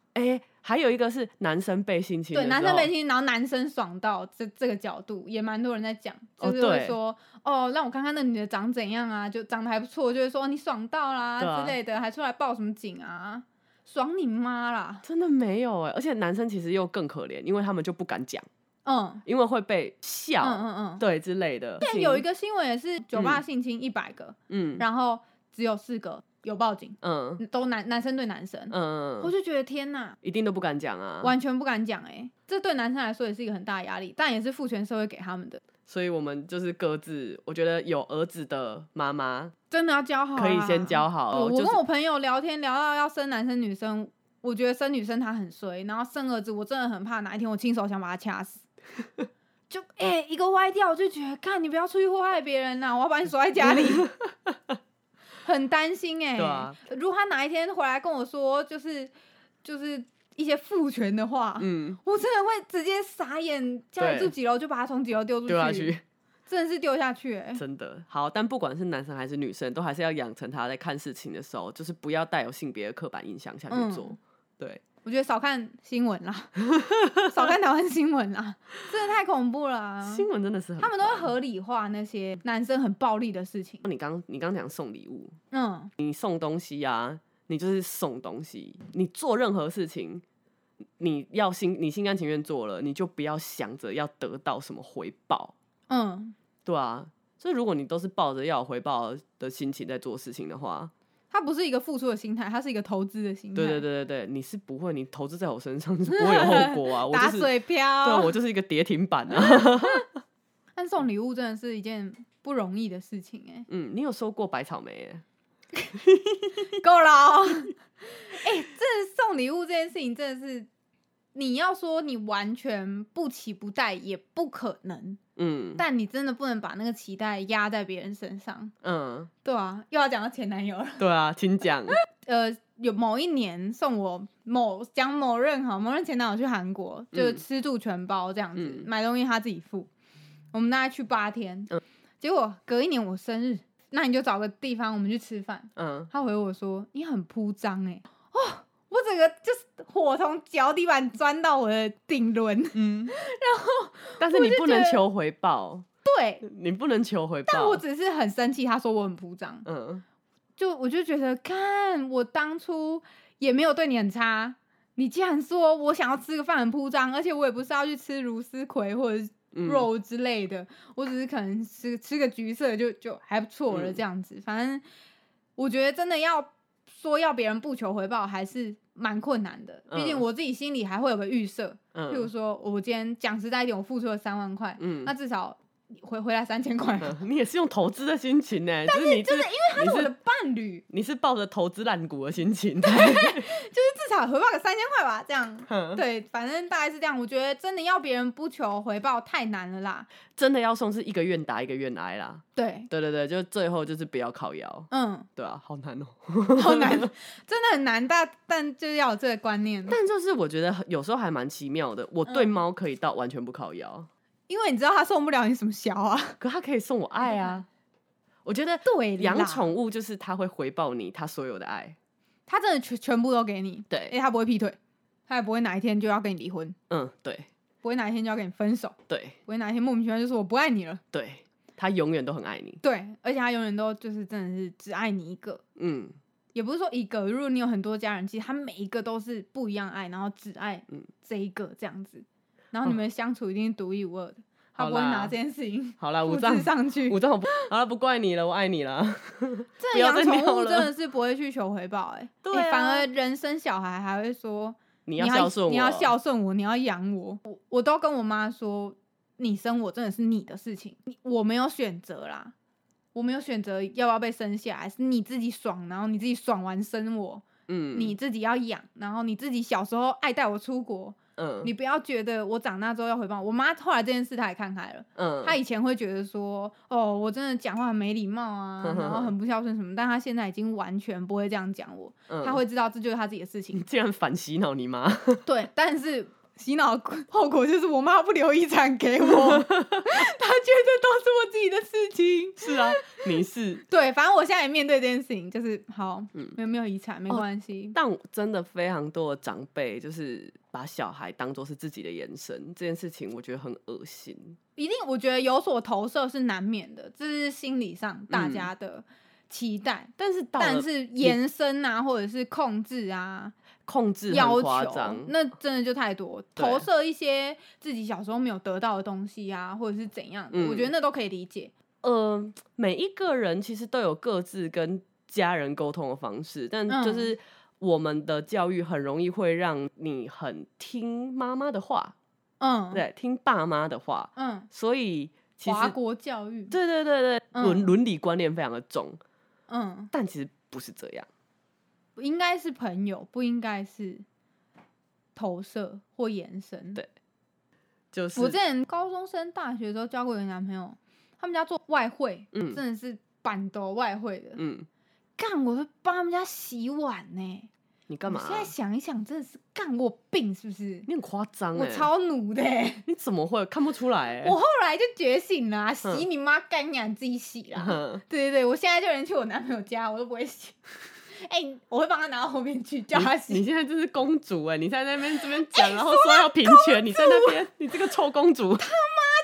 [SPEAKER 2] 还有一个是男生被性侵的
[SPEAKER 3] 对，
[SPEAKER 2] 时候，
[SPEAKER 3] 男生被亲，然后男生爽到这这个角度，也蛮多人在讲，
[SPEAKER 2] 哦
[SPEAKER 3] 就是会
[SPEAKER 2] 对
[SPEAKER 3] 说哦让我看看那女的长怎样啊，就长得还不错，就会说哦你爽到啦、
[SPEAKER 2] 对啊
[SPEAKER 3] 之类的，还出来报什么警啊，爽你妈啦，
[SPEAKER 2] 真的没有哎、而且男生其实又更可怜，因为他们就不敢讲，
[SPEAKER 3] 嗯
[SPEAKER 2] 因为会被笑，
[SPEAKER 3] 嗯嗯嗯。
[SPEAKER 2] 对之类的。
[SPEAKER 3] 之前有一个新闻也是酒吧性侵一百个，
[SPEAKER 2] 嗯，
[SPEAKER 3] 然后只有四个有报警，
[SPEAKER 2] 嗯
[SPEAKER 3] 都男男生对男生，
[SPEAKER 2] 嗯
[SPEAKER 3] 我就觉得天哪，
[SPEAKER 2] 一定都不敢讲啊。
[SPEAKER 3] 完全不敢讲哎、这对男生来说也是一个很大的压力，但也是父权社会给他们的，
[SPEAKER 2] 所以我们就是各自，我觉得有儿子的妈妈
[SPEAKER 3] 真的要教好、啊，
[SPEAKER 2] 可以先教好
[SPEAKER 3] 对
[SPEAKER 2] 哦，
[SPEAKER 3] 我
[SPEAKER 2] 就
[SPEAKER 3] 跟
[SPEAKER 2] 是
[SPEAKER 3] 我朋友聊天聊到要生男生女生，我觉得生女生他很衰，然后生儿子我真的很怕哪一天我亲手想把他掐死。 就
[SPEAKER 2] 嗯
[SPEAKER 3] 哎、一个歪掉，我就觉得，看你不要出去祸害别人呐、我要把你锁在 家里，很担心哎、
[SPEAKER 2] 对啊
[SPEAKER 3] 如果他哪一天回来跟我说，就是就是一些父权的话，
[SPEAKER 2] 嗯，
[SPEAKER 3] 我真的会直接傻眼。家
[SPEAKER 2] 对
[SPEAKER 3] 里住几楼就把他从几楼 啊丢出
[SPEAKER 2] 丢下啊去，
[SPEAKER 3] 真的是丢下去哎、
[SPEAKER 2] 真的好。但不管是男生还是女生，都还是要养成他在看事情的时候，就是不要带有性别的刻板印象下去
[SPEAKER 3] 嗯
[SPEAKER 2] 做。对，
[SPEAKER 3] 我觉得少看新闻啦，少看台湾新闻啦，真的太恐怖了啊、
[SPEAKER 2] 新闻真的是很
[SPEAKER 3] 他们都会
[SPEAKER 2] 烦。
[SPEAKER 3] 合理化那些男生很暴力的事情。
[SPEAKER 2] 你刚你刚讲送礼物，
[SPEAKER 3] 嗯，
[SPEAKER 2] 你送东西啊，你就是送东西，你做任何事情。你要心，你心甘情愿做了，你就不要想着要得到什么回报。
[SPEAKER 3] 嗯，
[SPEAKER 2] 对啊，所以如果你都是抱着要有回报的心情在做事情的话，
[SPEAKER 3] 他不是一个付出的心态，他是一个投资的心态。
[SPEAKER 2] 对对对对对，你是不会，你投资在我身上是不会有后果 啊。我
[SPEAKER 3] 打哦
[SPEAKER 2] 就是，对
[SPEAKER 3] 水漂。
[SPEAKER 2] 我就是一个跌停板 啊。
[SPEAKER 3] 但送礼物真的是一件不容易的事情哎、
[SPEAKER 2] 嗯，你有收过百草莓耶？
[SPEAKER 3] 够了 哦、哎、这送礼物这件事情真的是，你要说你完全不期不待也不可能，
[SPEAKER 2] 嗯
[SPEAKER 3] 但你真的不能把那个期待压在别人身上。
[SPEAKER 2] 嗯，
[SPEAKER 3] 对啊，又要讲到前男友了。
[SPEAKER 2] 对啊，请讲。
[SPEAKER 3] 呃，有某一年送我某讲某任哈，某任前男友去韩国，就
[SPEAKER 2] 嗯
[SPEAKER 3] 吃住全包这样子，
[SPEAKER 2] 嗯
[SPEAKER 3] 买东西他自己付。我们大概去八天，结果隔一年我生日，那你就找个地方我们去吃饭。
[SPEAKER 2] 嗯，
[SPEAKER 3] 他回我说：“你很铺张哎、哦，我整个就是火从脚底板钻到我的顶轮。
[SPEAKER 2] 但是你不能求回报，
[SPEAKER 3] 对，
[SPEAKER 2] 你不能求回报。
[SPEAKER 3] 但我只是很生气，他说我很铺张，
[SPEAKER 2] 嗯，
[SPEAKER 3] 就我就觉得，看我当初也没有对你很差，你既然说我想要吃个饭很铺张，而且我也不是要去吃茹丝葵或者
[SPEAKER 2] 嗯
[SPEAKER 3] 肉之类的，我只是可能吃吃个橘色就就还不错了
[SPEAKER 2] 嗯
[SPEAKER 3] 这样子。反正我觉得真的要说要别人不求回报，还是蛮困难的。毕竟
[SPEAKER 2] 嗯
[SPEAKER 3] 我自己心里还会有个预设，譬如
[SPEAKER 2] 嗯
[SPEAKER 3] 说啊我今天讲实在一点，我付出了三万块，
[SPEAKER 2] 嗯
[SPEAKER 3] 那至少回回来三千块。
[SPEAKER 2] 嗯，你也是用投资的心情呢，就是你
[SPEAKER 3] 真
[SPEAKER 2] 是
[SPEAKER 3] 的，因为他 是
[SPEAKER 2] 你
[SPEAKER 3] 我的
[SPEAKER 2] 是
[SPEAKER 3] 伴侣，
[SPEAKER 2] 你是抱着投资烂股的心情。
[SPEAKER 3] 就是至少回报个三千块吧，这样。
[SPEAKER 2] 嗯
[SPEAKER 3] 对，反正大概是这样。我觉得真的要别人不求回报太难了啦。
[SPEAKER 2] 真的要送是一个愿打一个愿挨啦。
[SPEAKER 3] 对，
[SPEAKER 2] 对对对，就最后就是不要靠腰，
[SPEAKER 3] 嗯，
[SPEAKER 2] 对啊，好难哦、
[SPEAKER 3] 好难，真的很难，但但就是要有这个观念。
[SPEAKER 2] 但就是我觉得有时候还蛮奇妙的，我对
[SPEAKER 3] 嗯
[SPEAKER 2] 猫可以到完全不靠腰，
[SPEAKER 3] 因为你知道他送不了你什么小啊。
[SPEAKER 2] 可它可以送我爱啊。我觉得
[SPEAKER 3] 对啦
[SPEAKER 2] 养宠物就是它会回报你它所有的爱。
[SPEAKER 3] 他真的全全部都给你，因为
[SPEAKER 2] 对，
[SPEAKER 3] 他不会劈腿，他也不会哪一天就要跟你离婚，
[SPEAKER 2] 嗯，对
[SPEAKER 3] 不会哪一天就要跟你分手，
[SPEAKER 2] 对
[SPEAKER 3] 不会哪一天莫名其妙就说我不爱你了。
[SPEAKER 2] 对，它永远都很爱你。
[SPEAKER 3] 对，而且他永远都就是真的是只爱你一个，
[SPEAKER 2] 嗯，
[SPEAKER 3] 也不是说一个，如果你有很多家人，其实他每一个都是不一样爱，然后只爱
[SPEAKER 2] 嗯哦
[SPEAKER 3] 这一个这样子，然后你们相处一定是独一无二的，他
[SPEAKER 2] 好
[SPEAKER 3] 不会拿
[SPEAKER 2] 啦啊
[SPEAKER 3] 这件事 情
[SPEAKER 2] 好啦，
[SPEAKER 3] 复
[SPEAKER 2] 五
[SPEAKER 3] 制
[SPEAKER 2] 藏
[SPEAKER 3] 上去。
[SPEAKER 2] 五藏我不好了，不怪你了，我爱你了。
[SPEAKER 3] 这
[SPEAKER 2] 不要
[SPEAKER 3] 养
[SPEAKER 2] 再
[SPEAKER 3] 宠
[SPEAKER 2] 聊
[SPEAKER 3] 物真
[SPEAKER 2] 了
[SPEAKER 3] 的是不会去求回报、欸，哎、
[SPEAKER 2] 对啊
[SPEAKER 3] 反而人生小孩还会说
[SPEAKER 2] 你
[SPEAKER 3] 你
[SPEAKER 2] 要孝顺我，
[SPEAKER 3] 你要孝顺我，你要养我，我我都跟我妈说，你生我真的是你的事情，你我没有选择啦。我没有选择要不要被生下来，是你自己爽，然后你自己爽完生我，
[SPEAKER 2] 嗯，
[SPEAKER 3] 你自己要养，然后你自己小时候爱带我出国，
[SPEAKER 2] 嗯
[SPEAKER 3] 你不要觉得我长大之后要回报我。我妈后来这件事她也看开了，
[SPEAKER 2] 嗯
[SPEAKER 3] 她以前会觉得说，哦，我真的讲话很没礼 貌啊，然后很不孝顺什么，但她现在已经完全不会这样讲我，
[SPEAKER 2] 嗯
[SPEAKER 3] 她会知道这就是她自己的事情
[SPEAKER 2] 你，竟然反洗脑你妈，
[SPEAKER 3] 对，但是洗脑后果就是我妈不留遗产 给我，她觉得都是我自己的事情。
[SPEAKER 2] 是啊，你是，
[SPEAKER 3] 对，反正我现在也面对这件事情，就是好，
[SPEAKER 2] 嗯
[SPEAKER 3] 没有没有遗产没
[SPEAKER 2] 哦
[SPEAKER 3] 关系。
[SPEAKER 2] 但我真的非常多的长辈就是把小孩当做是自己的延伸，这件事情我觉得很恶心。
[SPEAKER 3] 一定，我觉得有所投射是难免的，这是心理上大家的期待。
[SPEAKER 2] 但是嗯到
[SPEAKER 3] 但
[SPEAKER 2] 了
[SPEAKER 3] 是延伸啊，或者是控制啊、
[SPEAKER 2] 控制
[SPEAKER 3] 要
[SPEAKER 2] 很夸张
[SPEAKER 3] 求，，那真的就太多。
[SPEAKER 2] 对
[SPEAKER 3] 投射一些自己小时候没有得到的东西啊，或者是怎样的，
[SPEAKER 2] 嗯
[SPEAKER 3] 我觉得那都可以理解。
[SPEAKER 2] 呃，每一个人其实都有各自跟家人沟通的方式，但就
[SPEAKER 3] 嗯
[SPEAKER 2] 是我们的教育很容易会让你很听妈妈的话，
[SPEAKER 3] 嗯，，
[SPEAKER 2] 对，听爸妈的话，
[SPEAKER 3] 嗯，
[SPEAKER 2] 所以其实
[SPEAKER 3] 华国教育，
[SPEAKER 2] 对对对对，伦
[SPEAKER 3] 嗯
[SPEAKER 2] 伦、理观念非常的重，
[SPEAKER 3] 嗯，
[SPEAKER 2] 但其实不是这样，
[SPEAKER 3] 应该是朋友，不应该是投射或延伸。
[SPEAKER 2] 对就是
[SPEAKER 3] 我之前高中升大学的时候交过一个男朋友，他们家做外汇，
[SPEAKER 2] 嗯
[SPEAKER 3] 真的是板斗外汇的，
[SPEAKER 2] 嗯，
[SPEAKER 3] 干、我都帮他们家洗碗呢、
[SPEAKER 2] 你干嘛
[SPEAKER 3] 我
[SPEAKER 2] 啊、
[SPEAKER 3] 现在想一想，真的是干我有病是不是？
[SPEAKER 2] 你很夸张
[SPEAKER 3] 我
[SPEAKER 2] 哎，
[SPEAKER 3] 超奴的欸、
[SPEAKER 2] 你怎么会看不出来、欸？
[SPEAKER 3] 我后来就觉醒啦、洗
[SPEAKER 2] 嗯
[SPEAKER 3] 你妈干你自己洗啦。
[SPEAKER 2] 哼
[SPEAKER 3] 对对对，我现在就连去我男朋友家，我都不会洗。 哎、我会帮他拿到后面去，叫他洗
[SPEAKER 2] 你。现在就是公主哎、你在那边这边讲，然后说要平权，你在那边，你这个臭公主。
[SPEAKER 3] 他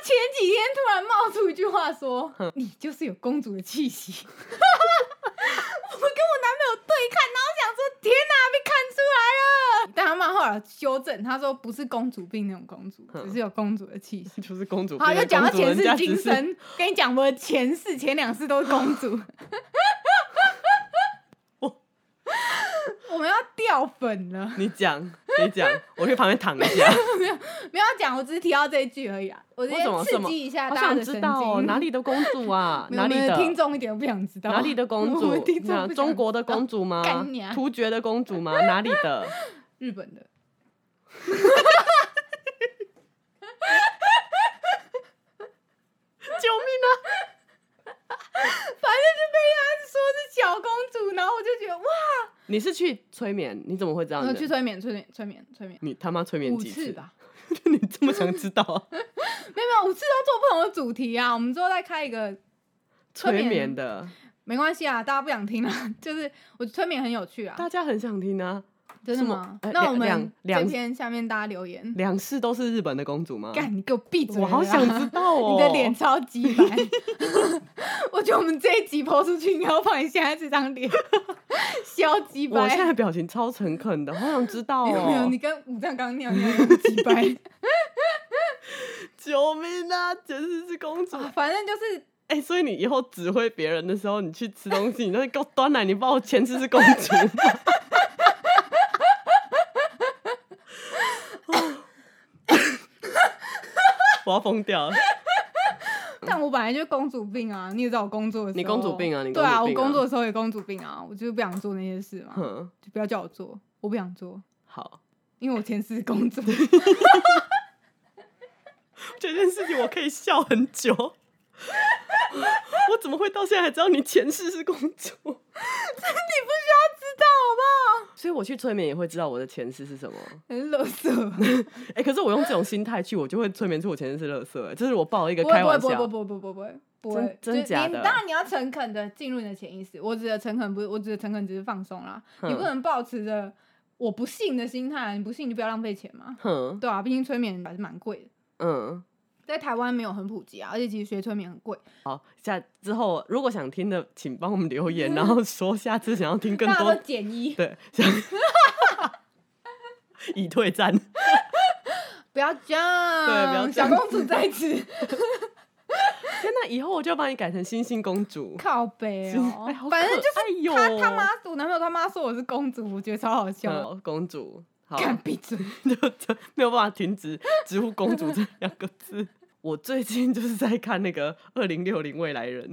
[SPEAKER 3] 前几天突然冒出一句话说
[SPEAKER 2] 哼：“
[SPEAKER 3] 你就是有公主的气息。” 我跟我男朋友对看，然后想说：“天哪，被看出来啊了！”但他妈后来修正，他说不是公主病那种公主，
[SPEAKER 2] 哼
[SPEAKER 3] 只是有公主的气息。
[SPEAKER 2] 就是公主病
[SPEAKER 3] 好，
[SPEAKER 2] 的
[SPEAKER 3] 又讲到
[SPEAKER 2] 公主
[SPEAKER 3] 前
[SPEAKER 2] 人家
[SPEAKER 3] 世
[SPEAKER 2] 只
[SPEAKER 3] 今
[SPEAKER 2] 是
[SPEAKER 3] 生， 跟你讲，我的前世前两世都是公主。
[SPEAKER 2] 我
[SPEAKER 3] 我们要掉粉了。
[SPEAKER 2] 你讲，你讲，我去旁边躺一下。
[SPEAKER 3] 没有要讲，我只是提到这一句而已啊。我直
[SPEAKER 2] 我
[SPEAKER 3] 接
[SPEAKER 2] 怎么
[SPEAKER 3] 刺
[SPEAKER 2] 什么
[SPEAKER 3] 激一下
[SPEAKER 2] 好
[SPEAKER 3] 大家
[SPEAKER 2] 想
[SPEAKER 3] 的神
[SPEAKER 2] 知
[SPEAKER 3] 经。
[SPEAKER 2] 道、哦、哪里的公主 啊？
[SPEAKER 3] 没有
[SPEAKER 2] 哪里
[SPEAKER 3] 没有
[SPEAKER 2] 的
[SPEAKER 3] 听众一点都不想知道
[SPEAKER 2] 哪里的公
[SPEAKER 3] 我
[SPEAKER 2] 主
[SPEAKER 3] 们听？众
[SPEAKER 2] 那
[SPEAKER 3] 不想
[SPEAKER 2] 中国的公主吗
[SPEAKER 3] 干你啊？
[SPEAKER 2] 突厥的公主吗？哪里 的？
[SPEAKER 3] 日本的。
[SPEAKER 2] 救
[SPEAKER 3] 啊
[SPEAKER 2] 命
[SPEAKER 3] 反正就被人家说是小公主，然后我就觉得哇，
[SPEAKER 2] 啊！你是去催眠？你怎么会这样
[SPEAKER 3] 然
[SPEAKER 2] 呢
[SPEAKER 3] 呃后？去催眠，催眠，催眠，催眠
[SPEAKER 2] 你他妈催眠
[SPEAKER 3] 五
[SPEAKER 2] 嗯几
[SPEAKER 3] 次
[SPEAKER 2] 次？
[SPEAKER 3] 吧，
[SPEAKER 2] 你这么想知道啊？
[SPEAKER 3] 没有没有，五次都做不同的主题啊。我们之后再开一个，催
[SPEAKER 2] 催
[SPEAKER 3] 眠
[SPEAKER 2] 眠的，
[SPEAKER 3] 没关系啊，大家不想听啊， 就是我催眠很有趣啊，
[SPEAKER 2] 大家很想听啊。
[SPEAKER 3] 真的
[SPEAKER 2] 什么
[SPEAKER 3] 吗？
[SPEAKER 2] 呃
[SPEAKER 3] 那我们
[SPEAKER 2] 两
[SPEAKER 3] 这
[SPEAKER 2] 两
[SPEAKER 3] 篇下面大家留言，
[SPEAKER 2] 两世都是日本的公主吗？
[SPEAKER 3] 干你给我闭嘴！
[SPEAKER 2] 我好想知
[SPEAKER 3] 道。
[SPEAKER 2] 道哦。
[SPEAKER 3] 你的脸超级白， 我觉得我们这一集播出去，你要放你现在这张脸， 消极白。
[SPEAKER 2] 我现在表情超诚恳的，好想知道
[SPEAKER 3] 没有没有，
[SPEAKER 2] 哦
[SPEAKER 3] 你。跟武藏刚尿尿一样 鸡掰
[SPEAKER 2] 救命啊！简直是公主
[SPEAKER 3] 啊！反正就是
[SPEAKER 2] 哎、所以你以后指挥别人的时候，你去吃东西，你都会给我端来，你把我前世是公主吗 我要疯掉了！
[SPEAKER 3] 但我本来就公主病啊，你也知道我工作的时候，
[SPEAKER 2] 你公主病啊你
[SPEAKER 3] 对啊，
[SPEAKER 2] 公主
[SPEAKER 3] 我
[SPEAKER 2] 病啊
[SPEAKER 3] 工作的时候也公主病啊，我就是不想做那些事嘛，
[SPEAKER 2] 哼，
[SPEAKER 3] 就不要叫我做，我不想做，
[SPEAKER 2] 好，
[SPEAKER 3] 因为我前世是公主。
[SPEAKER 2] 这件事情我可以笑很久。 我怎么会到现在还知道你前世是公主？所以我去催眠也会知道我的前世是什么。
[SPEAKER 3] 很乐色， 不
[SPEAKER 2] 哎、可是我用这种心态去，我就会催眠出我前世是乐色、欸。这是我抱一个
[SPEAKER 3] 会
[SPEAKER 2] 开
[SPEAKER 3] 不会
[SPEAKER 2] 玩
[SPEAKER 3] 不会
[SPEAKER 2] 笑
[SPEAKER 3] 不，会不会不会不会，
[SPEAKER 2] 真
[SPEAKER 3] 就是
[SPEAKER 2] 真假
[SPEAKER 3] 你
[SPEAKER 2] 的
[SPEAKER 3] 当然你要诚恳的进入你的潜意识。我指的诚恳不是，我指的诚恳只是放松啦，你不
[SPEAKER 2] 哼
[SPEAKER 3] 能抱持着我不信的心态，你不信你就不要浪费钱嘛。
[SPEAKER 2] 哼，
[SPEAKER 3] 对啊，毕竟催眠还是蛮贵的，
[SPEAKER 2] 嗯。
[SPEAKER 3] 在台湾没有很普及啊，而且其实学催眠很贵。
[SPEAKER 2] 好，下之后如果想听的，请帮我们留 言，然后说下次想要听更
[SPEAKER 3] 大家
[SPEAKER 2] 多
[SPEAKER 3] 都。减一，
[SPEAKER 2] 对， 想以退战。
[SPEAKER 3] 不要这样，
[SPEAKER 2] 对不要这
[SPEAKER 3] 小
[SPEAKER 2] 样
[SPEAKER 3] 公主在此
[SPEAKER 2] 天哪，以后我就把你改成星星公主。
[SPEAKER 3] 靠背哦
[SPEAKER 2] 哎好，
[SPEAKER 3] 反正
[SPEAKER 2] 可
[SPEAKER 3] 就是
[SPEAKER 2] 爱哟
[SPEAKER 3] 他他妈，我男朋友他妈说我是公主，我觉得超好笑的。
[SPEAKER 2] 好公主，好，
[SPEAKER 3] 看闭嘴，
[SPEAKER 2] 嗯 就就没有办法停止直呼公主这两个字。 我最近就是在看那个《二零六零未来人》，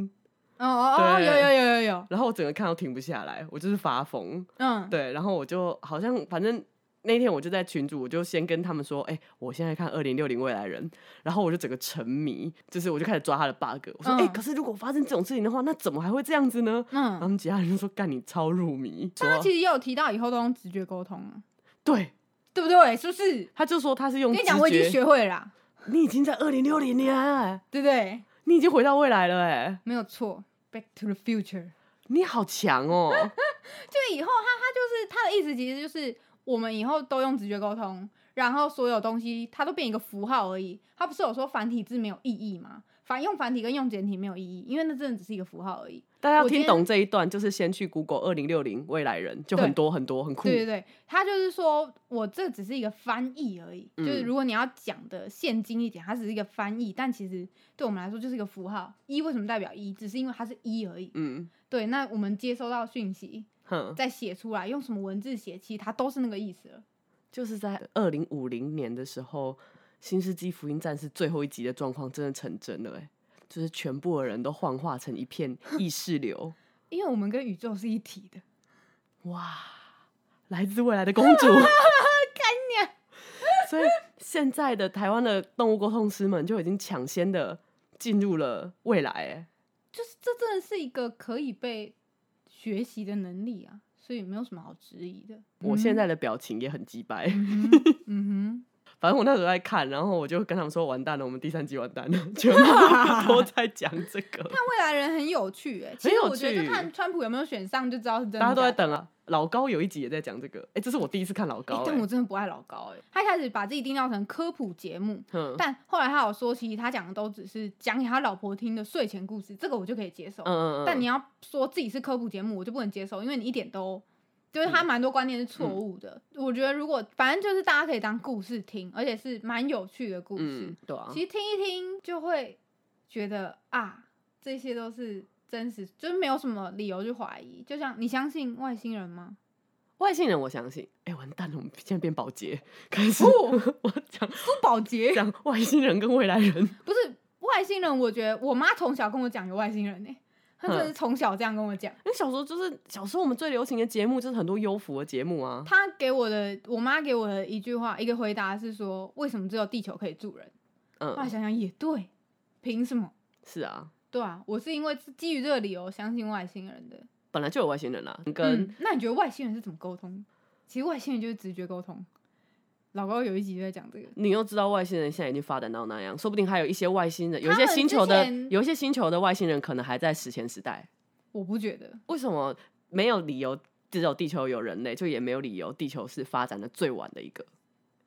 [SPEAKER 3] 哦哦哦，
[SPEAKER 2] 对
[SPEAKER 3] 有有有有有，
[SPEAKER 2] 然后我整个看到停不下来，我就是发疯。
[SPEAKER 3] 嗯，
[SPEAKER 2] 对，然后我就好像反正那天我就在群组，我就先跟他们说，哎、我现在看《二零六零未来人》，然后我就整个沉迷，就是我就开始抓他的 bug。我说，哎、
[SPEAKER 3] 嗯
[SPEAKER 2] 可是如果发生这种事情的话，那怎么还会这样子呢？然后他
[SPEAKER 3] 嗯，
[SPEAKER 2] 们啊其他人就说，干你超入迷，说
[SPEAKER 3] 他其实也有提到以后都用直觉沟通啊，
[SPEAKER 2] 对
[SPEAKER 3] 对不对？是不是？
[SPEAKER 2] 他就说他是用
[SPEAKER 3] 跟
[SPEAKER 2] 直
[SPEAKER 3] 你
[SPEAKER 2] 觉
[SPEAKER 3] 讲，，我已经学会了啦，
[SPEAKER 2] 你已经在二零六零年了，
[SPEAKER 3] 对不对？
[SPEAKER 2] 你已经回到未来了，哎，
[SPEAKER 3] 没有错，Back to the Future。
[SPEAKER 2] 你好强哦！
[SPEAKER 3] 就以后他他就是他的意思，其实就是我们以后都用直觉沟通，然后所有东西它都变一个符号而已。他不是有说繁体字没有意义吗？反用繁体跟用简体没有意义，因为那真的只是一个符号而已。
[SPEAKER 2] 大家要
[SPEAKER 3] 我今
[SPEAKER 2] 听
[SPEAKER 3] 天
[SPEAKER 2] 懂这一段，就是先去 Google 二零六零未来人，就
[SPEAKER 3] 对
[SPEAKER 2] 很多很多很酷
[SPEAKER 3] 对。对对，他就是说我这只是一个翻译而已，就是
[SPEAKER 2] 嗯
[SPEAKER 3] 如果你要讲的现今一点，它只是一个翻译，但其实对我们来说就是一个符号。一为什么代表一？只是因为它是一而已。
[SPEAKER 2] 嗯，
[SPEAKER 3] 对，那我们接收到讯息
[SPEAKER 2] 哼，
[SPEAKER 3] 再写出来，用什么文字写，其实它都是那个意思了。
[SPEAKER 2] 就是在二零五零年的时候，《新世纪福音战士》最后一集的状况真的成真了、哎，就是全部的人都幻化成一片意识 流，
[SPEAKER 3] 因为我们跟宇宙是一体的。
[SPEAKER 2] 哇，来自未来的公 主，干
[SPEAKER 3] 娘！
[SPEAKER 2] 所以现在的台湾的动物沟通师们就已经抢先的进入了未来、哎，
[SPEAKER 3] 就是这真的是一个可以被学习的能力啊，所以没有什么好质疑的。
[SPEAKER 2] 我现在的表情也很鸡掰。
[SPEAKER 3] 嗯，嗯
[SPEAKER 2] 反正我那时候在看，然后我就跟他们说：“完蛋了，我们第三集完蛋了， 全 部都在讲这个，
[SPEAKER 3] 哼，未来人很有趣哎、其实
[SPEAKER 2] 有
[SPEAKER 3] 我觉得
[SPEAKER 2] 趣
[SPEAKER 3] 就看川普有没有选上就知道是真的。
[SPEAKER 2] 大家都在。等啊。”老高有一集也在讲这个，哎、这是我第一次看老
[SPEAKER 3] 哎、
[SPEAKER 2] 高、
[SPEAKER 3] 但我
[SPEAKER 2] 欸，
[SPEAKER 3] 真的不爱老高哎、他一开始把自己定调成科普节目，
[SPEAKER 2] 嗯
[SPEAKER 3] 但后来他有说，其实他讲的都只是讲给他老婆听的睡前故事，这个我就可以接受。
[SPEAKER 2] 嗯
[SPEAKER 3] 但你要说自己是科普节目，我就不能接受，因为你一点都就是他蛮多观念是错误的。我觉得如果反正就是大家可以当故事听，而且是蛮有趣的故事，
[SPEAKER 2] 嗯，对啊，
[SPEAKER 3] 其实听一听就会觉得啊，这些都是真实，就是没有什么理由去怀疑。就像你相信外星人吗？
[SPEAKER 2] 外星人我相信，哎、完蛋了，我们现在变保洁，开始、我讲
[SPEAKER 3] 不保洁
[SPEAKER 2] 讲外星人跟未来人，
[SPEAKER 3] 不是外星人，我觉得我妈从小跟我讲有外星人呢、她真的
[SPEAKER 2] 嗯
[SPEAKER 3] 是从小这样跟我讲。
[SPEAKER 2] 因为小时候就是小时候我们最流行的节目就是很多优抚的节目啊，
[SPEAKER 3] 他给我的，我妈给我的一句话，一个回答是说，为什么只有地球可以住人？后来
[SPEAKER 2] 嗯，
[SPEAKER 3] 想想也对，凭什么？
[SPEAKER 2] 是啊，
[SPEAKER 3] 对啊，我是因为基于这个理由相信外星人的。
[SPEAKER 2] 本来就有外星人啦、跟、
[SPEAKER 3] 嗯，那你觉得外星人是怎么沟通？其实外星人就是直觉沟通。老高有一集就在讲这个，
[SPEAKER 2] 你又知道外星人现在已经发展到那样，说不定还有一些外星人，有一
[SPEAKER 3] 他
[SPEAKER 2] 些
[SPEAKER 3] 们
[SPEAKER 2] 星
[SPEAKER 3] 之
[SPEAKER 2] 球的，
[SPEAKER 3] 前
[SPEAKER 2] 有一些星球的外星人可能还在史前时代。
[SPEAKER 3] 我不觉得，
[SPEAKER 2] 为什么没有理由只有地球有人类，就也没有理由地球是发展的最晚的一个？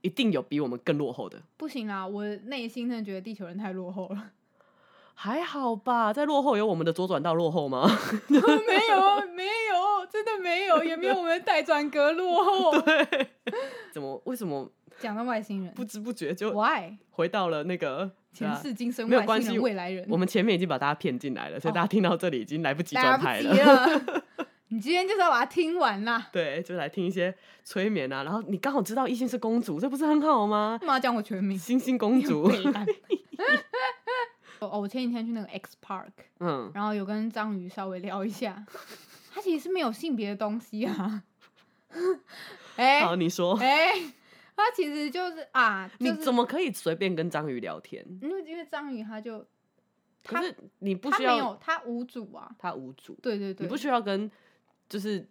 [SPEAKER 2] 一定有比我们更落后的。
[SPEAKER 3] 不行啦，我内心真的觉得地球人太落后了。
[SPEAKER 2] 还好吧，在落后有我们的左转道落后 吗？
[SPEAKER 3] 没有，没有，真的没有，也没有我们的带转格落 后。
[SPEAKER 2] 怎么为什么
[SPEAKER 3] 讲到外星人
[SPEAKER 2] 不知不觉就
[SPEAKER 3] ，Why？
[SPEAKER 2] 回到了那个
[SPEAKER 3] 前世今生
[SPEAKER 2] 没有
[SPEAKER 3] 外
[SPEAKER 2] 关
[SPEAKER 3] 星
[SPEAKER 2] 系
[SPEAKER 3] 人，未来人。
[SPEAKER 2] 我们前面已经把大家骗进来了，所以
[SPEAKER 3] 哦
[SPEAKER 2] 大家听到这里已经来不及
[SPEAKER 3] 来
[SPEAKER 2] 转
[SPEAKER 3] 不
[SPEAKER 2] 台
[SPEAKER 3] 及
[SPEAKER 2] 了。
[SPEAKER 3] 了。 你今天就是要把它听完啦，
[SPEAKER 2] 对，就来听一些催眠啊，然后你刚好知道异性是公主，这不是很好吗？
[SPEAKER 3] 干嘛讲我全名？
[SPEAKER 2] 星星 公主，
[SPEAKER 3] 北兰哦，我前几天去那个 X Park，
[SPEAKER 2] 嗯，
[SPEAKER 3] 然后有跟章鱼稍微聊一下， 它其实是没有性别的东西啊。 哎
[SPEAKER 2] 好，你说，
[SPEAKER 3] 哎，它其实就是啊，
[SPEAKER 2] 你
[SPEAKER 3] 就是
[SPEAKER 2] 怎么可以随便跟章鱼聊天？
[SPEAKER 3] 因为因为章鱼它就
[SPEAKER 2] 可
[SPEAKER 3] 它
[SPEAKER 2] 是你不
[SPEAKER 3] 它
[SPEAKER 2] 需
[SPEAKER 3] 没
[SPEAKER 2] 要
[SPEAKER 3] 有它无主啊，
[SPEAKER 2] 他无主，
[SPEAKER 3] 对对
[SPEAKER 2] 你
[SPEAKER 3] 对，
[SPEAKER 2] 不需要跟就是，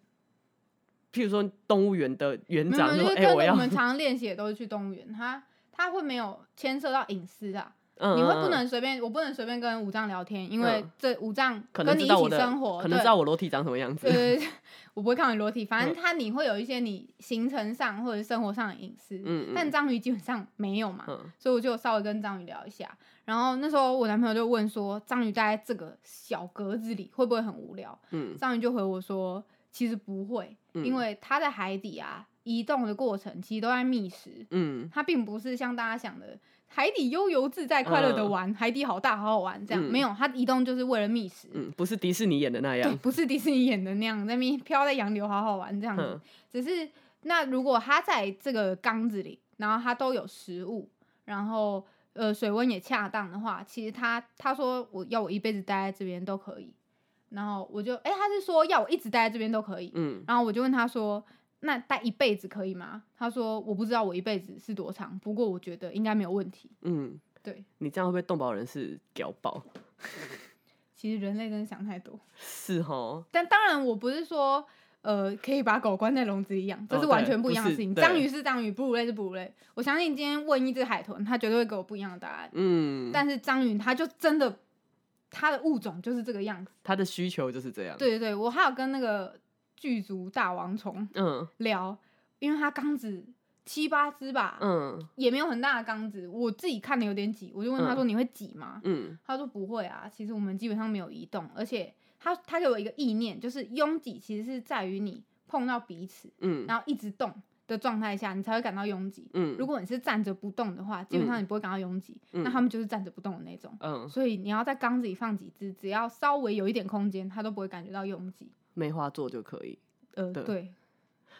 [SPEAKER 2] 譬如说动物园的园
[SPEAKER 3] 没有
[SPEAKER 2] 长说，
[SPEAKER 3] 没有，
[SPEAKER 2] 哎、
[SPEAKER 3] 就是
[SPEAKER 2] 我
[SPEAKER 3] 跟
[SPEAKER 2] 要
[SPEAKER 3] 我，们常常练习也都是去动物园，它它会没有牵涉到隐私的啊、
[SPEAKER 2] 嗯
[SPEAKER 3] 你会
[SPEAKER 2] 嗯
[SPEAKER 3] 不
[SPEAKER 2] 嗯
[SPEAKER 3] 能随便，我不能随便跟五藏聊天，因为
[SPEAKER 2] 嗯
[SPEAKER 3] 这五藏
[SPEAKER 2] 可能
[SPEAKER 3] 跟你
[SPEAKER 2] 知
[SPEAKER 3] 一
[SPEAKER 2] 道我
[SPEAKER 3] 起
[SPEAKER 2] 的
[SPEAKER 3] 生活，
[SPEAKER 2] 可能知道我裸体长什么样子
[SPEAKER 3] 对。 对对，我不会看你裸体，反正
[SPEAKER 2] 嗯
[SPEAKER 3] 他你会有一些你行程上或者生活上的隐私，
[SPEAKER 2] 嗯嗯
[SPEAKER 3] 但章鱼基本上没有嘛，
[SPEAKER 2] 嗯，
[SPEAKER 3] 所以我就稍微跟章鱼聊一下。然后那时候我男朋友就问说，章鱼待在这个小格子里会不会很无聊？
[SPEAKER 2] 嗯
[SPEAKER 3] 章鱼就回我说，其实不会，
[SPEAKER 2] 嗯
[SPEAKER 3] 因为它在海底啊移动的过程其实都在觅食，
[SPEAKER 2] 嗯
[SPEAKER 3] 它并不是像大家想的海底悠游自在、快乐的
[SPEAKER 2] 嗯
[SPEAKER 3] 玩，海底好大好好玩这样。
[SPEAKER 2] 嗯
[SPEAKER 3] 没有，它移动就是为了觅食，
[SPEAKER 2] 嗯，不是迪士尼演的那
[SPEAKER 3] 对，
[SPEAKER 2] 样。
[SPEAKER 3] 不是迪士尼演的那样，在那边飘在洋流好好玩这样子
[SPEAKER 2] 嗯。
[SPEAKER 3] 只是那如果它在这个缸子里，然后它都有食物，然后呃水温也恰当的话，其实它它说我要我一辈子待在这边都可以。然后我就哎，他是说要我一直待在这边都可以。
[SPEAKER 2] 嗯
[SPEAKER 3] 然后我就问他说：“那待一辈子可以吗？”他说：“我不知道我一辈子是多长，不过我觉得应该没有问题。
[SPEAKER 2] 嗯，”
[SPEAKER 3] 对，
[SPEAKER 2] 你这样会不会动保人士屌爆？
[SPEAKER 3] 其实人类真的想太多。
[SPEAKER 2] 是哦，
[SPEAKER 3] 但当然，我不是说呃，可以把狗关在笼子里养，这
[SPEAKER 2] 哦
[SPEAKER 3] 是完
[SPEAKER 2] 对
[SPEAKER 3] 全不一
[SPEAKER 2] 不
[SPEAKER 3] 样的
[SPEAKER 2] 是
[SPEAKER 3] 事情。
[SPEAKER 2] 对
[SPEAKER 3] 章鱼是章鱼，哺乳类是哺乳类。我相信今天问一只海豚，它绝对会给我不一样的答案。
[SPEAKER 2] 嗯，
[SPEAKER 3] 但是章鱼它就真的，它的物种就是这个样子。
[SPEAKER 2] 他的需求就是这样。，
[SPEAKER 3] 对对对，我还有跟那个剧族大王虫
[SPEAKER 2] 嗯
[SPEAKER 3] 聊，因为它缸子七八只吧，
[SPEAKER 2] 嗯
[SPEAKER 3] 也没有很大的缸子，我自己看的有点挤，我就问他说：“你会挤吗？”
[SPEAKER 2] 嗯
[SPEAKER 3] 他说：“不会啊，其实我们基本上没有移动，而且他他给我一个意念，就是拥挤其实是在于你碰到彼此，
[SPEAKER 2] 嗯
[SPEAKER 3] 然后一直动的状态下，你才会感到拥挤。
[SPEAKER 2] 嗯，
[SPEAKER 3] 如果你是站着不动的话，基本上你不会感到拥挤。
[SPEAKER 2] 嗯
[SPEAKER 3] 那他们就是站着不动的那种。”
[SPEAKER 2] 嗯
[SPEAKER 3] 所以你要在缸子里放几只，只要稍微有一点空间，它都不会感觉到拥挤。
[SPEAKER 2] 梅花座就可以。
[SPEAKER 3] 呃，
[SPEAKER 2] 对
[SPEAKER 3] 对，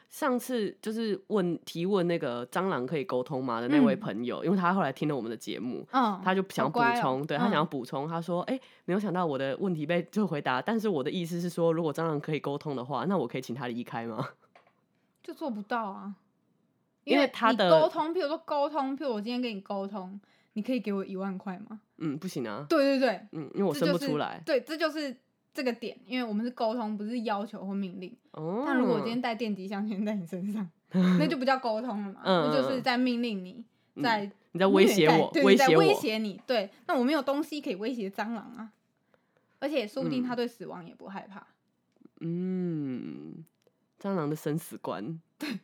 [SPEAKER 2] 上次就是问提问那个蟑螂可以沟通吗的那位
[SPEAKER 3] 嗯
[SPEAKER 2] 朋友，因为他后来听了我们的节目，
[SPEAKER 3] 嗯，
[SPEAKER 2] 他就想补
[SPEAKER 3] 乖哦
[SPEAKER 2] 充，对他想要
[SPEAKER 3] 嗯
[SPEAKER 2] 补充，他说：“哎、没有想到我的问题被就回答，但是我的意思是说，如果蟑螂可以沟通的话，那我可以请他离开吗？
[SPEAKER 3] 就做不到啊，
[SPEAKER 2] 因为他
[SPEAKER 3] 你
[SPEAKER 2] 的
[SPEAKER 3] 沟通，譬如说沟通，譬如我今天跟你沟通，你可以给我一万块吗？
[SPEAKER 2] 嗯，不行啊，
[SPEAKER 3] 对对对，
[SPEAKER 2] 嗯，因为我
[SPEAKER 3] 这
[SPEAKER 2] 生
[SPEAKER 3] 就
[SPEAKER 2] 不
[SPEAKER 3] 是
[SPEAKER 2] 出来。
[SPEAKER 3] 对，这就是这个点，因为我们是沟通，不是要求或命令。
[SPEAKER 2] 哦，
[SPEAKER 3] 但如果我今天带电极项圈在你身上，那就不叫沟通了嘛，
[SPEAKER 2] 嗯
[SPEAKER 3] 那就是在命令你，
[SPEAKER 2] 嗯
[SPEAKER 3] 在
[SPEAKER 2] 你在威
[SPEAKER 3] 虐
[SPEAKER 2] 胁
[SPEAKER 3] 待
[SPEAKER 2] 我，
[SPEAKER 3] 对
[SPEAKER 2] 威
[SPEAKER 3] 在
[SPEAKER 2] 胁
[SPEAKER 3] 威
[SPEAKER 2] 我，
[SPEAKER 3] 胁你，对，那我没有东西可以威胁蟑螂啊，而且说不
[SPEAKER 2] 嗯
[SPEAKER 3] 定它对死亡也不害怕。
[SPEAKER 2] 嗯，蟑螂的生死观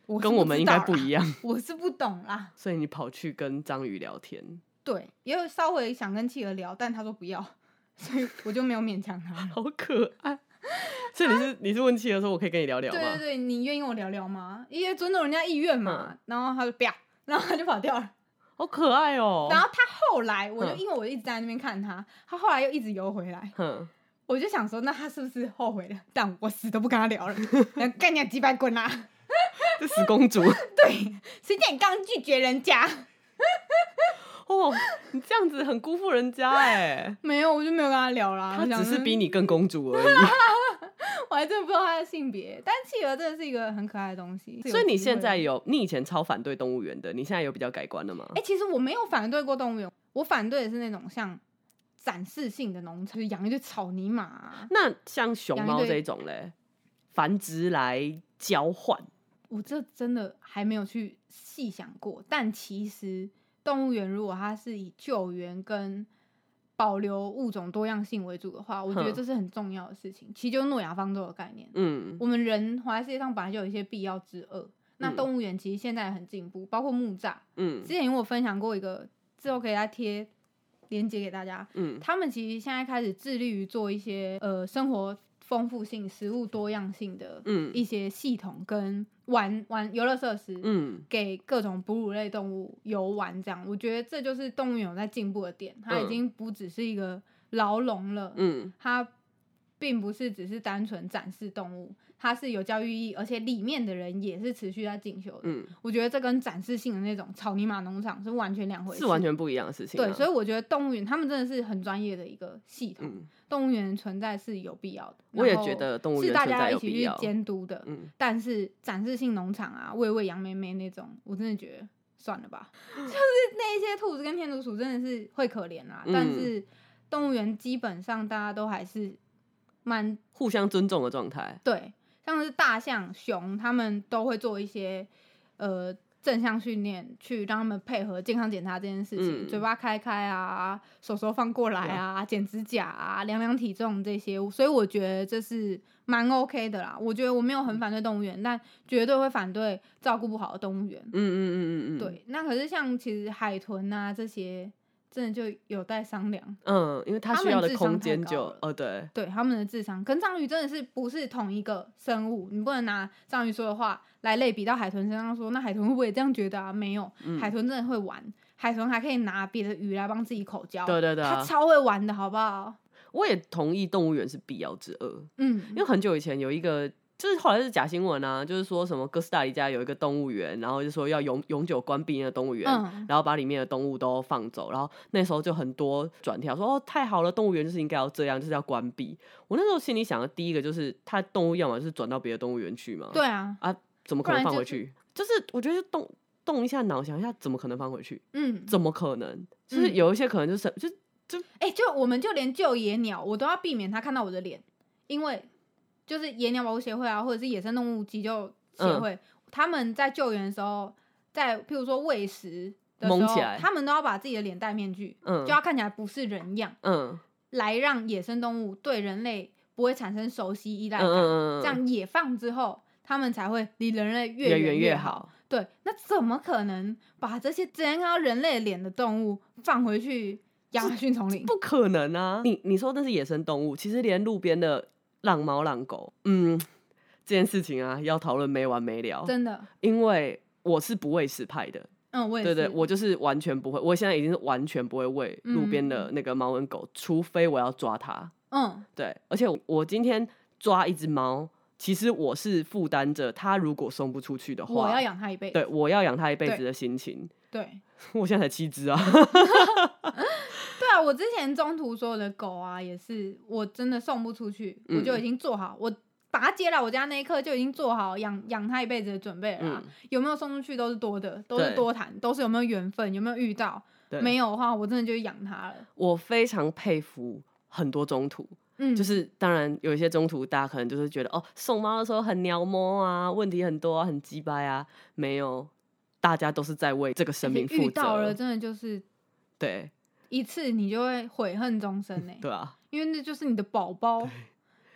[SPEAKER 3] 我
[SPEAKER 2] 跟我们应该 不一
[SPEAKER 3] 样，
[SPEAKER 2] 样，
[SPEAKER 3] 我是不懂啦。
[SPEAKER 2] 所以你跑去跟章鱼聊天，
[SPEAKER 3] 对，也有稍微想跟企鹅聊，但他说不要， 所以我就没有勉强他。
[SPEAKER 2] 好可爱。所以你是 你是问气的时候，我可以跟你聊聊
[SPEAKER 3] 对对
[SPEAKER 2] 吗？
[SPEAKER 3] 对，你愿意跟我聊聊吗？因为尊重人家意愿嘛。
[SPEAKER 2] 嗯
[SPEAKER 3] 然后他就不要，然后他就跑掉了。
[SPEAKER 2] 好可爱哦。
[SPEAKER 3] 然后他后来，我就
[SPEAKER 2] 嗯
[SPEAKER 3] 因为我一直在那边看他，他后来又一直游回来，
[SPEAKER 2] 哼，
[SPEAKER 3] 我就想说，那他是不是后悔了？但我死都不跟 他聊了，然后干你几百滚啦！
[SPEAKER 2] 这死公主
[SPEAKER 3] 对，谁叫你刚拒绝人家？
[SPEAKER 2] 哦，你这样子很辜负人家哎。
[SPEAKER 3] 没有，我就没有跟他聊啦。
[SPEAKER 2] 她
[SPEAKER 3] 我想
[SPEAKER 2] 只是
[SPEAKER 3] 说
[SPEAKER 2] 比你更公主而 已。
[SPEAKER 3] 我还真的不知道他的性别，但企鹅真的是一个很可爱的东西。是有
[SPEAKER 2] 所以你
[SPEAKER 3] 机会
[SPEAKER 2] 现
[SPEAKER 3] 的
[SPEAKER 2] 在有，你以前超反对动物园的，你现在有比较改观了吗
[SPEAKER 3] 哎、？其实我没有反对过动物园，我反对的是那种像展示性的农场，就是养一堆草泥马啊、
[SPEAKER 2] 那像熊
[SPEAKER 3] 养一
[SPEAKER 2] 猫
[SPEAKER 3] 堆
[SPEAKER 2] 这种嘞，繁殖来交换，
[SPEAKER 3] 我这真的还没有去细想过。但其实动物园如果它是以救援跟保留物种多样性为主的话，我觉得
[SPEAKER 2] 哼
[SPEAKER 3] 这是很重要的事情。其实就是诺亚方舟的概念，
[SPEAKER 2] 嗯
[SPEAKER 3] 我们人活在世界上本来就有一些必要之恶。那
[SPEAKER 2] 嗯
[SPEAKER 3] 动物园其实现在也很进步，包括木栅，
[SPEAKER 2] 嗯
[SPEAKER 3] 之前有我分享过一个，之后可以来贴链接给大家。
[SPEAKER 2] 嗯
[SPEAKER 3] 他们其实现在开始致力于做一些呃生活丰富性、食物多样性的
[SPEAKER 2] 嗯
[SPEAKER 3] 一些系统跟玩玩游乐设施，
[SPEAKER 2] 嗯
[SPEAKER 3] 给各种哺乳类动物游玩。这样，我觉得这就是动物园有在进步的点，它已
[SPEAKER 2] 嗯
[SPEAKER 3] 经不只是一个牢笼了，
[SPEAKER 2] 嗯
[SPEAKER 3] 它并不是只是单纯展示动物，它是有教育意义，而且里面的人也是持续在进修的。
[SPEAKER 2] 嗯，
[SPEAKER 3] 我觉得这跟展示性的那种草泥马农场是完全两回事，
[SPEAKER 2] 是完全不一样的事情啊。
[SPEAKER 3] 对。所以我觉得动物园他们真的是很专业的一个系统，
[SPEAKER 2] 嗯
[SPEAKER 3] 动物园的存在是有必要的。
[SPEAKER 2] 我也
[SPEAKER 3] 然后
[SPEAKER 2] 觉得动物园
[SPEAKER 3] 是大
[SPEAKER 2] 存
[SPEAKER 3] 家
[SPEAKER 2] 在
[SPEAKER 3] 一
[SPEAKER 2] 有
[SPEAKER 3] 起
[SPEAKER 2] 必
[SPEAKER 3] 去
[SPEAKER 2] 要
[SPEAKER 3] 监督的，
[SPEAKER 2] 嗯，
[SPEAKER 3] 但是展示性农场啊，喂喂羊妹妹那种，我真的觉得算了吧。 就是那一些兔子跟天竺鼠真的是会可怜啦，啊
[SPEAKER 2] 嗯
[SPEAKER 3] 但是动物园基本上大家都还是蛮
[SPEAKER 2] 互相尊重的状态。
[SPEAKER 3] 对，像是大象、熊，他们都会做一些呃正向训练，去让他们配合健康检查这件事
[SPEAKER 2] 嗯
[SPEAKER 3] 情，嘴巴开开啊，手手放过来啊，剪指甲啊，量量体重这些，所以我觉得这是蛮 OK 的啦。我觉得我没有很反对动物园，但绝对会反对照顾不好的动物园。
[SPEAKER 2] 嗯嗯嗯嗯嗯，，
[SPEAKER 3] 对，那可是像其实海豚啊这些，真的就有待商量。
[SPEAKER 2] 嗯，因为它
[SPEAKER 3] 它
[SPEAKER 2] 需
[SPEAKER 3] 们
[SPEAKER 2] 要的
[SPEAKER 3] 智商
[SPEAKER 2] 空
[SPEAKER 3] 太
[SPEAKER 2] 间
[SPEAKER 3] 高
[SPEAKER 2] 就
[SPEAKER 3] 了
[SPEAKER 2] 哦对，
[SPEAKER 3] 对他们的智商跟章鱼真的是不是同一个生物，你不能拿章鱼说的话来类比到海豚身上说，那海豚会不会也这样觉得啊？没有，
[SPEAKER 2] 嗯
[SPEAKER 3] 海豚真的会玩，海豚还可以拿别的鱼来帮自己口交，
[SPEAKER 2] 对对对啊
[SPEAKER 3] 它超会玩的好不好？
[SPEAKER 2] 我也同意动物园是必要之恶。因
[SPEAKER 3] 嗯
[SPEAKER 2] 为很久以前有一个，就是后来是假新闻啊，就是说什么哥斯达黎加有一个动物园，然后就说要永永久关闭那个动物园，
[SPEAKER 3] 嗯，
[SPEAKER 2] 然后把里面的动物都放走，然后那时候就很多转跳说哦太好了，动物园就是应该要这样，就是要关闭。我那时候心里想的第一个就是，它动物要么就是转到别的动物园去嘛，
[SPEAKER 3] 对，啊，
[SPEAKER 2] 啊，怎么可能
[SPEAKER 3] 不然
[SPEAKER 2] 放
[SPEAKER 3] 就
[SPEAKER 2] 回
[SPEAKER 3] 是
[SPEAKER 2] 去？就是我觉得就动动一下脑，想一下怎么可能放回去？
[SPEAKER 3] 嗯，
[SPEAKER 2] 怎么可能？就是
[SPEAKER 3] 嗯
[SPEAKER 2] 有一些可能就是就
[SPEAKER 3] 哎、就我们就连救野鸟，我都要避免它看到我的脸，因为就是野鸟保护协会啊，或者是野生动物急救协
[SPEAKER 2] 嗯
[SPEAKER 3] 会，他们在救援的时候，在譬如说喂食的时
[SPEAKER 2] 蒙起
[SPEAKER 3] 候
[SPEAKER 2] 来，
[SPEAKER 3] 他们都要把自己的脸戴面具，
[SPEAKER 2] 嗯
[SPEAKER 3] 就要看起来不是人样，
[SPEAKER 2] 嗯
[SPEAKER 3] 来让野生动物对人类不会产生熟悉依赖
[SPEAKER 2] 嗯
[SPEAKER 3] 感。
[SPEAKER 2] 嗯嗯，
[SPEAKER 3] 这样野放之后，他们才会离人类越
[SPEAKER 2] 越
[SPEAKER 3] 远
[SPEAKER 2] 远越
[SPEAKER 3] 好。
[SPEAKER 2] 好。
[SPEAKER 3] 对，那怎么可能把这些只能看到人类脸的动物放回去亚马逊丛林？
[SPEAKER 2] 不可能啊！你你说那是野生动物，其实连路边的浪猫浪狗，嗯，这件事情啊，要讨论没完没了。
[SPEAKER 3] 真的，
[SPEAKER 2] 因为我是不喂食派的，
[SPEAKER 3] 嗯，我也
[SPEAKER 2] 对
[SPEAKER 3] 是，
[SPEAKER 2] 对，我就是完全不会，我现在已经是完全不会喂
[SPEAKER 3] 嗯
[SPEAKER 2] 路边的那个猫跟狗，除非我要抓它。
[SPEAKER 3] 嗯，
[SPEAKER 2] 对，而且我我今天抓一只猫，其实我是负担着它如果送不出去的话，
[SPEAKER 3] 我要养它一辈子。
[SPEAKER 2] 对我要养它一辈子
[SPEAKER 3] 对
[SPEAKER 2] 的心情。
[SPEAKER 3] 对
[SPEAKER 2] 我现在才七只 啊，
[SPEAKER 3] 对啊，我之前中途所有的狗啊，也是我真的送不出去，我
[SPEAKER 2] 嗯
[SPEAKER 3] 就已经做好，我把它接来我家那一刻就已经做好养养它一辈子的准备了啊、
[SPEAKER 2] 嗯
[SPEAKER 3] 有没有送出去都是多的，都是
[SPEAKER 2] 对
[SPEAKER 3] 多谈，都是有没有缘分，有没有遇到。
[SPEAKER 2] 对
[SPEAKER 3] 没有的话，我真的就养它了。
[SPEAKER 2] 我非常佩服很多中途。
[SPEAKER 3] 嗯，
[SPEAKER 2] 就是当然有一些中途大家可能就是觉得哦，送猫的时候很鸟摸啊，问题很多啊，很鸡掰啊，没有，大家都是在为这个生命负
[SPEAKER 3] 遇到
[SPEAKER 2] 责，
[SPEAKER 3] 了，真的就是
[SPEAKER 2] 对
[SPEAKER 3] 一次你就会悔恨终身呢、欸
[SPEAKER 2] 对啊，
[SPEAKER 3] 因为那就是你的宝宝。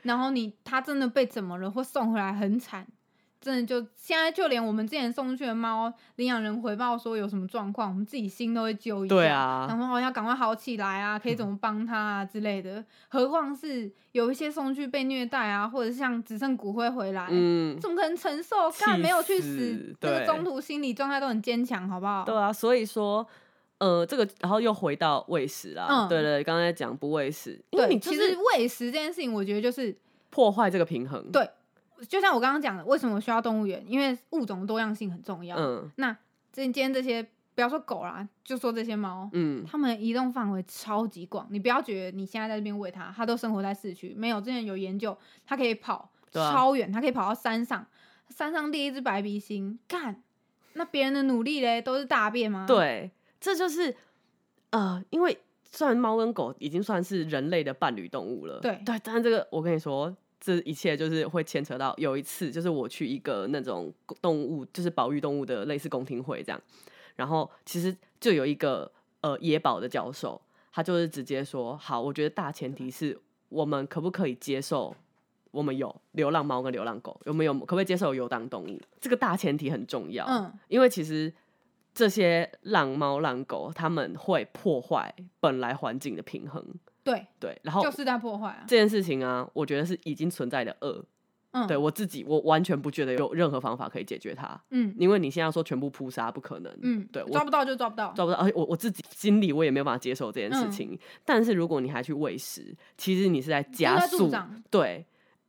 [SPEAKER 3] 然后你他真的被怎么了，或送回来很惨，真的就现在就连我们之前送出去的猫，领养人回报说有什么状况，我们自己心都会揪一下，
[SPEAKER 2] 对啊
[SPEAKER 3] 然后要赶快好起来啊，可以怎么帮他啊之类的。何况是有一些送去被虐待啊，或者是像只剩骨灰回来，
[SPEAKER 2] 嗯，
[SPEAKER 3] 怎么可能承受？干
[SPEAKER 2] 气
[SPEAKER 3] 没有去
[SPEAKER 2] 死
[SPEAKER 3] 死，这个
[SPEAKER 2] 对
[SPEAKER 3] 中途心理状态都很坚强，好不好？
[SPEAKER 2] 对啊，所以说。呃，这个然后又回到喂食啦，
[SPEAKER 3] 嗯
[SPEAKER 2] 对对，刚才讲不喂食，因
[SPEAKER 3] 对，
[SPEAKER 2] 为你就
[SPEAKER 3] 其实
[SPEAKER 2] 是
[SPEAKER 3] 喂食这件事情，我觉得就是
[SPEAKER 2] 破坏这个平衡，
[SPEAKER 3] 对就像我刚刚讲的，为什么需要动物园？因为物种多样性很重要。
[SPEAKER 2] 嗯
[SPEAKER 3] 那这今天这些，不要说狗啦，就说这些猫，
[SPEAKER 2] 嗯，
[SPEAKER 3] 它们移动范围超级广。你不要觉得你现在在这边喂它，它都生活在市区。没有，之前有研究，它可以跑
[SPEAKER 2] 对啊
[SPEAKER 3] 超远，它可以跑到山上，山上第一只白鼻星，干，那别人的努力嘞，都是大便吗？，
[SPEAKER 2] 对，啊这就是呃，因为虽然猫跟狗已经算是人类的伴侣动物了，
[SPEAKER 3] 对
[SPEAKER 2] 对，但是这个我跟你说，这一切就是会牵扯到有一次，就是我去一个那种动物，就是保育动物的类似公听会这样，然后其实就有一个呃野保的教授，他就是直接说，好，我觉得大前提是我们可不可以接受。我们有流浪猫跟流浪狗，我们有可不可以接受游荡动物？这个大前提很重要。
[SPEAKER 3] 嗯，
[SPEAKER 2] 因为其实这些浪猫浪狗，他们会破坏本来环境的平衡，
[SPEAKER 3] 对，
[SPEAKER 2] 对。然后
[SPEAKER 3] 就是在破坏啊。
[SPEAKER 2] 哦这件事情啊，我觉得是已经存在的恶，
[SPEAKER 3] 嗯，
[SPEAKER 2] 对，我自己我完全不觉得有任何方法可以解决它，
[SPEAKER 3] 嗯
[SPEAKER 2] 因为你现在要说全部扑杀不可能，
[SPEAKER 3] 嗯，
[SPEAKER 2] 对我
[SPEAKER 3] 抓不到就抓不到。
[SPEAKER 2] 抓不到，而且我我自己心里我也没有办法接受这件
[SPEAKER 3] 嗯
[SPEAKER 2] 事情。但是如果你还去喂食，其实你是在加
[SPEAKER 3] 在助
[SPEAKER 2] 速
[SPEAKER 3] 长，
[SPEAKER 2] 对，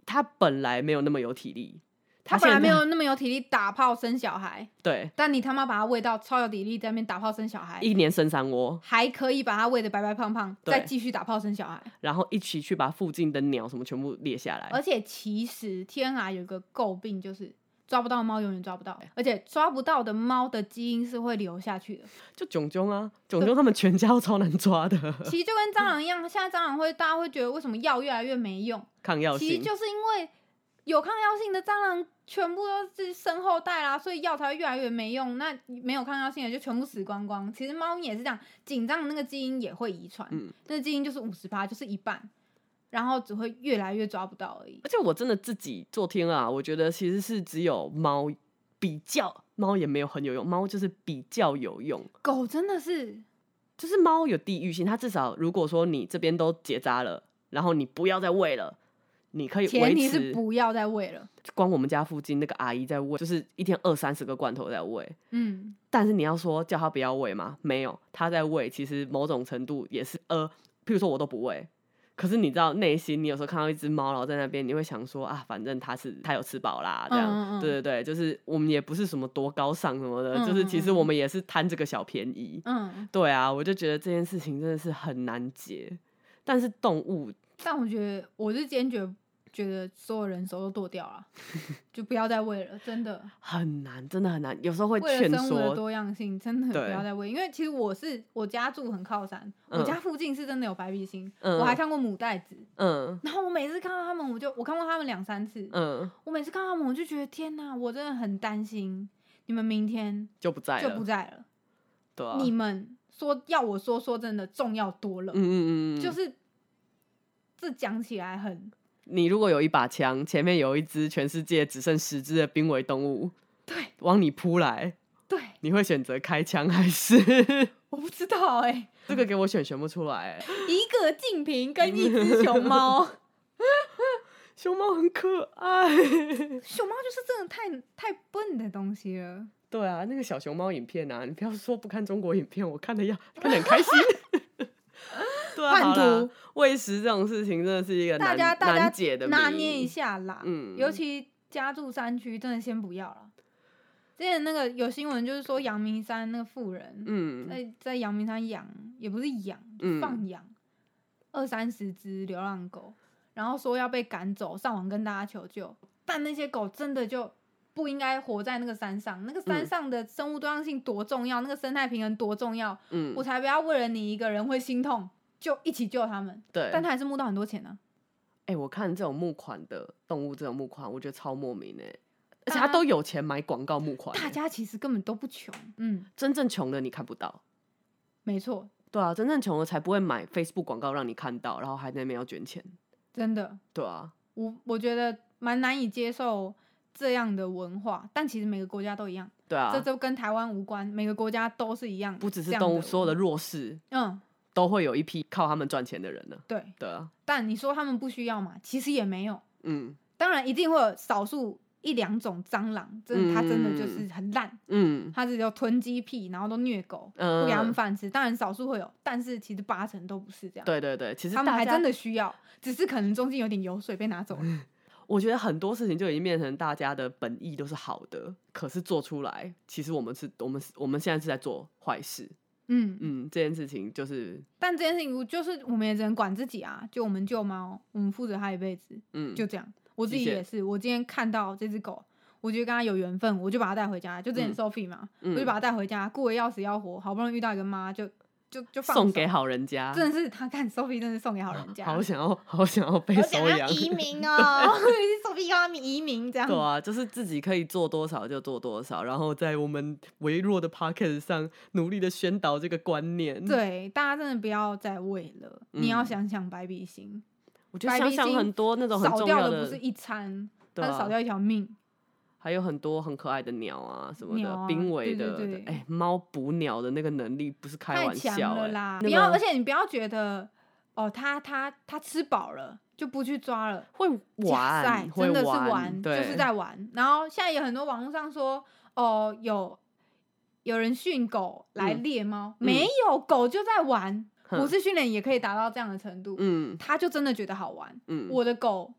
[SPEAKER 2] 它本来没有那么有体力。
[SPEAKER 3] 他
[SPEAKER 2] 现
[SPEAKER 3] 本来
[SPEAKER 2] 在
[SPEAKER 3] 没有那么有体力打炮生小孩，
[SPEAKER 2] 对
[SPEAKER 3] 但你他妈把它喂到超有体力，在那边打炮生小孩，
[SPEAKER 2] 一年生三窝，
[SPEAKER 3] 还可以把它喂得白白胖胖，
[SPEAKER 2] 对哎
[SPEAKER 3] 再继续打炮生小孩。
[SPEAKER 2] 然后一起去把附近的鸟什么全部列下来。
[SPEAKER 3] 而且其实天涯有个诟病就是。抓不到的猫永远抓不到，而且抓不到的猫的基因是会留下去 的。
[SPEAKER 2] 就囧囧啊，囧囧他们全家都超难抓的，
[SPEAKER 3] 其实就跟蟑螂一样，现在蟑螂会大家会觉得为什么药越来越没用，
[SPEAKER 2] 抗药
[SPEAKER 3] 其
[SPEAKER 2] 性
[SPEAKER 3] 实。就是因为有抗药性的蟑螂全部都是生后代啦，所以药才会越来越没用。那没有抗药性的就全部死光光。其实猫咪也是这样，紧张的那个基因也会遗传，
[SPEAKER 2] 嗯
[SPEAKER 3] 那基因就是五十趴，就是一半，然后只会越来越抓不到而已
[SPEAKER 2] 而。且我真的自己做天啊，我觉得其实是只有猫比较，猫也没有很有用，猫就是比较有用，
[SPEAKER 3] 狗真的是，
[SPEAKER 2] 就是猫有地域性，它至少如果说你这边都结扎了，然后你不要再喂了。你可以
[SPEAKER 3] 前
[SPEAKER 2] 维
[SPEAKER 3] 提
[SPEAKER 2] 持
[SPEAKER 3] 是，不要再喂了。
[SPEAKER 2] 光我们家附近那个阿姨在喂，就是一天二三十个罐头在喂。
[SPEAKER 3] 嗯，
[SPEAKER 2] 但是你要说叫她不要喂吗？没有，她在喂，其实某种程度也是呃，譬如说我都不喂，可是你知道内心，你有时候看到一只猫，然后在那边，你会想说啊，反正它是它有吃饱啦，这样，
[SPEAKER 3] 嗯嗯嗯
[SPEAKER 2] 对对对，就是我们也不是什么多高尚什么的，
[SPEAKER 3] 嗯
[SPEAKER 2] 就是其实
[SPEAKER 3] 嗯嗯
[SPEAKER 2] 我们也是贪这个小便宜，
[SPEAKER 3] 嗯，
[SPEAKER 2] 对啊，我就觉得这件事情真的是很难解，但是动物
[SPEAKER 3] 但我觉得我是坚决觉得所有人手都剁掉 了，就不要再喂了，真的。
[SPEAKER 2] 很难，真的很难。有时候会
[SPEAKER 3] 为
[SPEAKER 2] 劝
[SPEAKER 3] 了生物的
[SPEAKER 2] 说，
[SPEAKER 3] 多样性，真的不
[SPEAKER 2] 对
[SPEAKER 3] 要再喂，因为其实我是我家住很靠山，我
[SPEAKER 2] 嗯
[SPEAKER 3] 家附近是真的有白鼻星，
[SPEAKER 2] 嗯
[SPEAKER 3] 我还看过母带子。
[SPEAKER 2] 嗯
[SPEAKER 3] 然后我每次看到他们，我就我看过他们两三次，
[SPEAKER 2] 嗯，
[SPEAKER 3] 我每次看到他们，我就觉得天哪，我真的很担心你们明天
[SPEAKER 2] 就不在
[SPEAKER 3] 就
[SPEAKER 2] 了，
[SPEAKER 3] 不在了。
[SPEAKER 2] 对啊，
[SPEAKER 3] 你们说要我说，说真的重要多了，
[SPEAKER 2] 嗯嗯嗯，嗯
[SPEAKER 3] 就是这讲起来很
[SPEAKER 2] 你如果有一把枪，前面有一只全世界只剩十只的濒危动物
[SPEAKER 3] 对
[SPEAKER 2] 往你扑来，
[SPEAKER 3] 对，
[SPEAKER 2] 你会选择开枪还是？
[SPEAKER 3] 我不知道哎、
[SPEAKER 2] 这个给我选选不出来、欸。
[SPEAKER 3] 一个竞品跟一只熊猫，
[SPEAKER 2] 熊猫很可爱，
[SPEAKER 3] 熊猫就是真的太太笨的东西了。
[SPEAKER 2] 对啊，那个小熊猫影片啊，你不要说不看中国影片，我看的要看的很开心。 对啊，好
[SPEAKER 3] 叛
[SPEAKER 2] 啦
[SPEAKER 3] 徒，
[SPEAKER 2] 喂食这种事情真的是一个
[SPEAKER 3] 大
[SPEAKER 2] 难
[SPEAKER 3] 家大
[SPEAKER 2] 难
[SPEAKER 3] 家
[SPEAKER 2] 解的
[SPEAKER 3] 拿
[SPEAKER 2] 谜
[SPEAKER 3] 捏一下啦，
[SPEAKER 2] 嗯
[SPEAKER 3] 尤其家住山区，真的先不要了。之前那个有新闻就是说，阳明山那个富人，
[SPEAKER 2] 嗯，
[SPEAKER 3] 在在阳明山养，也不是养，
[SPEAKER 2] 嗯
[SPEAKER 3] 放养二三十只流浪狗，然后说要被赶走，上网跟大家求救，但那些狗真的就不应该活在那个山上，那个山
[SPEAKER 2] 嗯
[SPEAKER 3] 上的生物多样性多重要，那个生态平衡多重要，
[SPEAKER 2] 嗯
[SPEAKER 3] 我才不要为了你一个人会心痛，就一起救他们，
[SPEAKER 2] 对。
[SPEAKER 3] 但他还是募到很多钱啊呢、
[SPEAKER 2] 哎、我看这种募款的动物，这种募款，我觉得超莫名哎、而且
[SPEAKER 3] 大
[SPEAKER 2] 他
[SPEAKER 3] 家
[SPEAKER 2] 都有钱买广告募款欸、
[SPEAKER 3] 呃大家其实根本都不穷，嗯，
[SPEAKER 2] 真正穷的你看不到。
[SPEAKER 3] 没错，
[SPEAKER 2] 对啊，真正穷的才不会买 Facebook 广告让你看到，然后还在那边要捐钱。
[SPEAKER 3] 真的，
[SPEAKER 2] 对啊，
[SPEAKER 3] 我我觉得蛮难以接受这样的文化，但其实每个国家都一样。
[SPEAKER 2] 对啊，
[SPEAKER 3] 这都跟台湾无关，每个国家都是一样，
[SPEAKER 2] 不只是
[SPEAKER 3] 这样
[SPEAKER 2] 动物，所有的
[SPEAKER 3] 文
[SPEAKER 2] 弱势
[SPEAKER 3] 嗯，
[SPEAKER 2] 都会有一批靠他们赚钱的人呢。
[SPEAKER 3] 对。
[SPEAKER 2] 对啊，
[SPEAKER 3] 但你说他们不需要嘛？其实也没有，
[SPEAKER 2] 嗯
[SPEAKER 3] 当然一定会有少数一两种蟑螂，真的它真的就是很烂，
[SPEAKER 2] 嗯
[SPEAKER 3] 它只有囤积癖，然后都虐狗，
[SPEAKER 2] 嗯，
[SPEAKER 3] 不给他们饭吃。当然少数会有，但是其实八成都不是这样。，
[SPEAKER 2] 对对对，其实
[SPEAKER 3] 他们
[SPEAKER 2] 大
[SPEAKER 3] 还
[SPEAKER 2] 家
[SPEAKER 3] 真的需要，只是可能中间有点油水被拿走了。
[SPEAKER 2] 我觉得很多事情就已经变成大家的本意都是好的，可是做出来，其实我们是我们是我们现在是在做坏事。
[SPEAKER 3] 嗯，
[SPEAKER 2] 嗯，这件事情就是
[SPEAKER 3] 但这件事情我就是我们也只能管自己啊，就我们救猫，我们负责它一辈子。
[SPEAKER 2] 嗯，
[SPEAKER 3] 就这样。我自
[SPEAKER 2] 极
[SPEAKER 3] 己
[SPEAKER 2] 限
[SPEAKER 3] 也是，我今天看到这只狗，我觉得跟它有缘分，我就把它带回家。就之前
[SPEAKER 2] 嗯
[SPEAKER 3] Sophie 嘛，
[SPEAKER 2] 嗯
[SPEAKER 3] 我就把它带回家，顾得要死要活，好不容易遇到一个妈，就就就放手
[SPEAKER 2] 送给，好人家，
[SPEAKER 3] 真的是他看 Sophie 真的是送给好人家，
[SPEAKER 2] 好想要好想要被
[SPEAKER 3] 我想
[SPEAKER 2] 收
[SPEAKER 3] 要
[SPEAKER 2] 养。
[SPEAKER 3] 移 民哦，Sophie 要他们移民这样
[SPEAKER 2] 对。啊，就是自己可以做多少就做多少，然后在我们微弱的 p o c k e t 上努力的宣导这个观念。，
[SPEAKER 3] 对，大家真的不要再为了，你要
[SPEAKER 2] 嗯
[SPEAKER 3] 想想白鼻星，
[SPEAKER 2] 我觉得
[SPEAKER 3] 白
[SPEAKER 2] 想
[SPEAKER 3] 鼻
[SPEAKER 2] 想
[SPEAKER 3] 精
[SPEAKER 2] 很多那种很
[SPEAKER 3] 少
[SPEAKER 2] 重
[SPEAKER 3] 掉
[SPEAKER 2] 要
[SPEAKER 3] 的
[SPEAKER 2] 的
[SPEAKER 3] 不是，一餐，
[SPEAKER 2] 对
[SPEAKER 3] 它是
[SPEAKER 2] 啊
[SPEAKER 3] 少掉一条命。
[SPEAKER 2] 还有很多很可爱的鸟啊什么
[SPEAKER 3] 鸟
[SPEAKER 2] 的，
[SPEAKER 3] 啊
[SPEAKER 2] 濒危
[SPEAKER 3] 对
[SPEAKER 2] 的
[SPEAKER 3] 对，
[SPEAKER 2] 对
[SPEAKER 3] 对
[SPEAKER 2] 哎，猫捕鸟的那个能力不是开
[SPEAKER 3] 太
[SPEAKER 2] 玩
[SPEAKER 3] 强
[SPEAKER 2] 笑
[SPEAKER 3] 了
[SPEAKER 2] 哎
[SPEAKER 3] 啦！
[SPEAKER 2] 那
[SPEAKER 3] 不要，
[SPEAKER 2] 个
[SPEAKER 3] 而且你不要觉得哦，他他他吃饱了就不去抓了，
[SPEAKER 2] 会
[SPEAKER 3] 假赛
[SPEAKER 2] 玩，会
[SPEAKER 3] 真的是
[SPEAKER 2] 玩，
[SPEAKER 3] 就
[SPEAKER 2] 对，
[SPEAKER 3] 是在玩。然后现在有很多网络上说哦，有有人训狗来
[SPEAKER 2] 嗯
[SPEAKER 3] 猎猫，
[SPEAKER 2] 嗯
[SPEAKER 3] 没有狗就在玩，
[SPEAKER 2] 哼
[SPEAKER 3] 不是训练也可以达到这样的程度，
[SPEAKER 2] 嗯
[SPEAKER 3] 他就真的觉得好玩。
[SPEAKER 2] 嗯，
[SPEAKER 3] 我的狗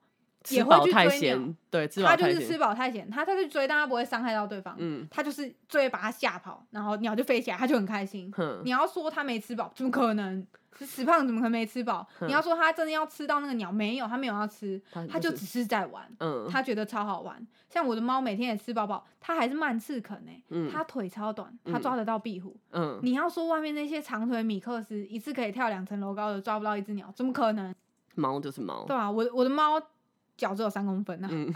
[SPEAKER 2] 吃
[SPEAKER 3] 也
[SPEAKER 2] 饱
[SPEAKER 3] 会去
[SPEAKER 2] 太
[SPEAKER 3] 追鸟
[SPEAKER 2] 闲，，对，吃饱
[SPEAKER 3] 它就
[SPEAKER 2] 太
[SPEAKER 3] 是吃
[SPEAKER 2] 闲，
[SPEAKER 3] 饱太闲，它它去追，但它不会伤害到对方。
[SPEAKER 2] 嗯
[SPEAKER 3] 它就是追把它吓跑，然后鸟就飞起来，它就很开心。
[SPEAKER 2] 哼
[SPEAKER 3] 你，要说他没吃饱，怎么 可能？这死胖怎么可能没吃饱？
[SPEAKER 2] 嗯
[SPEAKER 3] 你要说他真的要吃到那个鸟，没有，他没有要吃，
[SPEAKER 2] 他
[SPEAKER 3] 他
[SPEAKER 2] 嗯就
[SPEAKER 3] 就是只是在玩，
[SPEAKER 2] 嗯，
[SPEAKER 3] 他觉得超好玩。像我的猫每天也吃饱饱，它还是慢刺啃呢、
[SPEAKER 2] 嗯
[SPEAKER 3] 它腿超短，它
[SPEAKER 2] 嗯
[SPEAKER 3] 抓得到壁虎。
[SPEAKER 2] 嗯
[SPEAKER 3] 你要说外面那些长腿米克斯一次可以跳两层楼高的抓不到一只鸟，怎么可
[SPEAKER 2] 哦
[SPEAKER 3] 能？
[SPEAKER 2] 猫就是猫，
[SPEAKER 3] 对啊，我我的猫脚只有三公分啊，
[SPEAKER 2] 嗯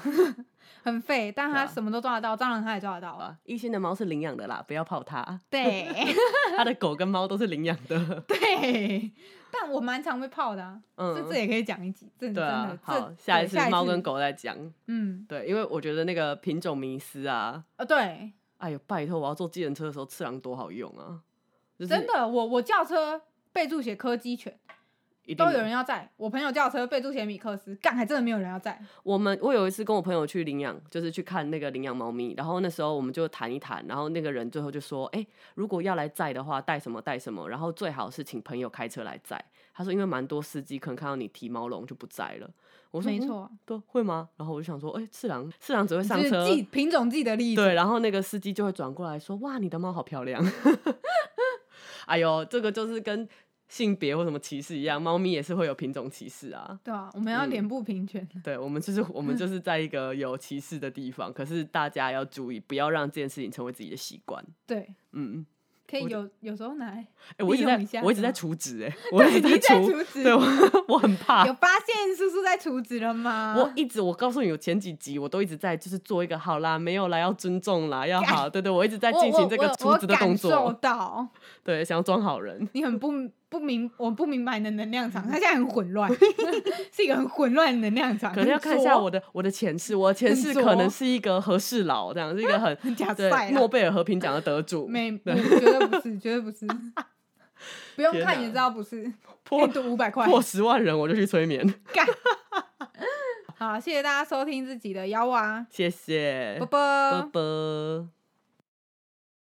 [SPEAKER 3] 很废，但
[SPEAKER 2] 对
[SPEAKER 3] 它
[SPEAKER 2] 啊
[SPEAKER 3] 什么都抓得到，蟑螂它也抓得 到。
[SPEAKER 2] 啊，一心的猫是领养的啦，不要泡它。
[SPEAKER 3] 对
[SPEAKER 2] 他的狗跟猫都是领养 的。
[SPEAKER 3] 对，但我蛮常被泡的啊。这
[SPEAKER 2] 嗯
[SPEAKER 3] 这，也可以讲一集，真
[SPEAKER 2] 对
[SPEAKER 3] 的
[SPEAKER 2] 啊
[SPEAKER 3] 真的。，
[SPEAKER 2] 好，
[SPEAKER 3] 这
[SPEAKER 2] 下一
[SPEAKER 3] 对
[SPEAKER 2] 次猫跟，狗再讲。
[SPEAKER 3] 嗯，
[SPEAKER 2] 对，因为我觉得那个品种迷失啊，
[SPEAKER 3] 呃，对，
[SPEAKER 2] 哎呦，拜托，我要坐计程车的时候，次郎多好用啊，就是
[SPEAKER 3] 真的，我我叫车备注写柯基犬，
[SPEAKER 2] 一定
[SPEAKER 3] 都有
[SPEAKER 2] 的
[SPEAKER 3] 人要载。我朋友叫车备注写米克斯，干还真的没有人要载。
[SPEAKER 2] 我们我有一次跟我朋友去领养，就是去看那个领养猫咪，然后那时候我们就谈一谈，然后那个人最后就说，哎、如果要来载的话，带什么带什么，然后最好是请朋友开车来载。他说，因为蛮多司机可能看到你提猫笼就不载了。我说
[SPEAKER 3] 没，
[SPEAKER 2] 嗯
[SPEAKER 3] 错，
[SPEAKER 2] 对，会吗？然后我就想说，哎、次郎次郎只会上
[SPEAKER 3] 就是
[SPEAKER 2] 车，
[SPEAKER 3] 记品种记得利益。
[SPEAKER 2] 对，然后那个司机 就会转过来说：“哇，你的猫好漂亮。”哎呦，这个就是跟性别或什么歧视一样，猫咪也是会有品种歧视啊。
[SPEAKER 3] 对啊，我们要
[SPEAKER 2] 嗯
[SPEAKER 3] 脸部平权。
[SPEAKER 2] 对，我们就是我们就是在一个有歧视的地方，可是大家要注意，不要让这件事情成为自己的习惯。
[SPEAKER 3] 对，
[SPEAKER 2] 嗯，
[SPEAKER 3] 可以
[SPEAKER 2] 我就
[SPEAKER 3] 有有时候拿来。
[SPEAKER 2] 哎、我一直
[SPEAKER 3] 利用一
[SPEAKER 2] 在
[SPEAKER 3] 下嗯
[SPEAKER 2] 我一直 在除脂 哎、我一直
[SPEAKER 3] 你在
[SPEAKER 2] 除
[SPEAKER 3] 除脂
[SPEAKER 2] 对我我很怕
[SPEAKER 3] 有。发现叔叔在厨子了吗？
[SPEAKER 2] 我一直，我告诉你，我前几集我都一直在，就是做一个好啦，没有啦，要尊重啦，要好，对对，我一直在
[SPEAKER 3] 我
[SPEAKER 2] 进行
[SPEAKER 3] 我
[SPEAKER 2] 这个
[SPEAKER 3] 我
[SPEAKER 2] 厨子的动
[SPEAKER 3] 我感受
[SPEAKER 2] 作，
[SPEAKER 3] 到
[SPEAKER 2] 对，想要装好人，
[SPEAKER 3] 你很不不明，我不明白你的能 量场，它现在很混乱， 是一个很混乱的能量场。
[SPEAKER 2] 可能要看一下
[SPEAKER 3] 很
[SPEAKER 2] 我
[SPEAKER 3] 浊
[SPEAKER 2] 的我的前世，我的前
[SPEAKER 3] 很
[SPEAKER 2] 世
[SPEAKER 3] 作
[SPEAKER 2] 可能是一个和事佬，这样是一个很
[SPEAKER 3] 假赛
[SPEAKER 2] 对
[SPEAKER 3] 啊
[SPEAKER 2] 诺贝尔和平奖的得主，
[SPEAKER 3] 没，不绝对不是，绝对不是。 不用
[SPEAKER 2] 天
[SPEAKER 3] 看
[SPEAKER 2] 哪
[SPEAKER 3] 也知道不是，
[SPEAKER 2] 破
[SPEAKER 3] 可以赌五百块。
[SPEAKER 2] 破十万人我就去催眠，
[SPEAKER 3] 干。好，谢谢大家收听自己的妖啊，
[SPEAKER 2] 谢谢，
[SPEAKER 3] 啵
[SPEAKER 2] 哎啵
[SPEAKER 3] 啵。
[SPEAKER 2] 啵。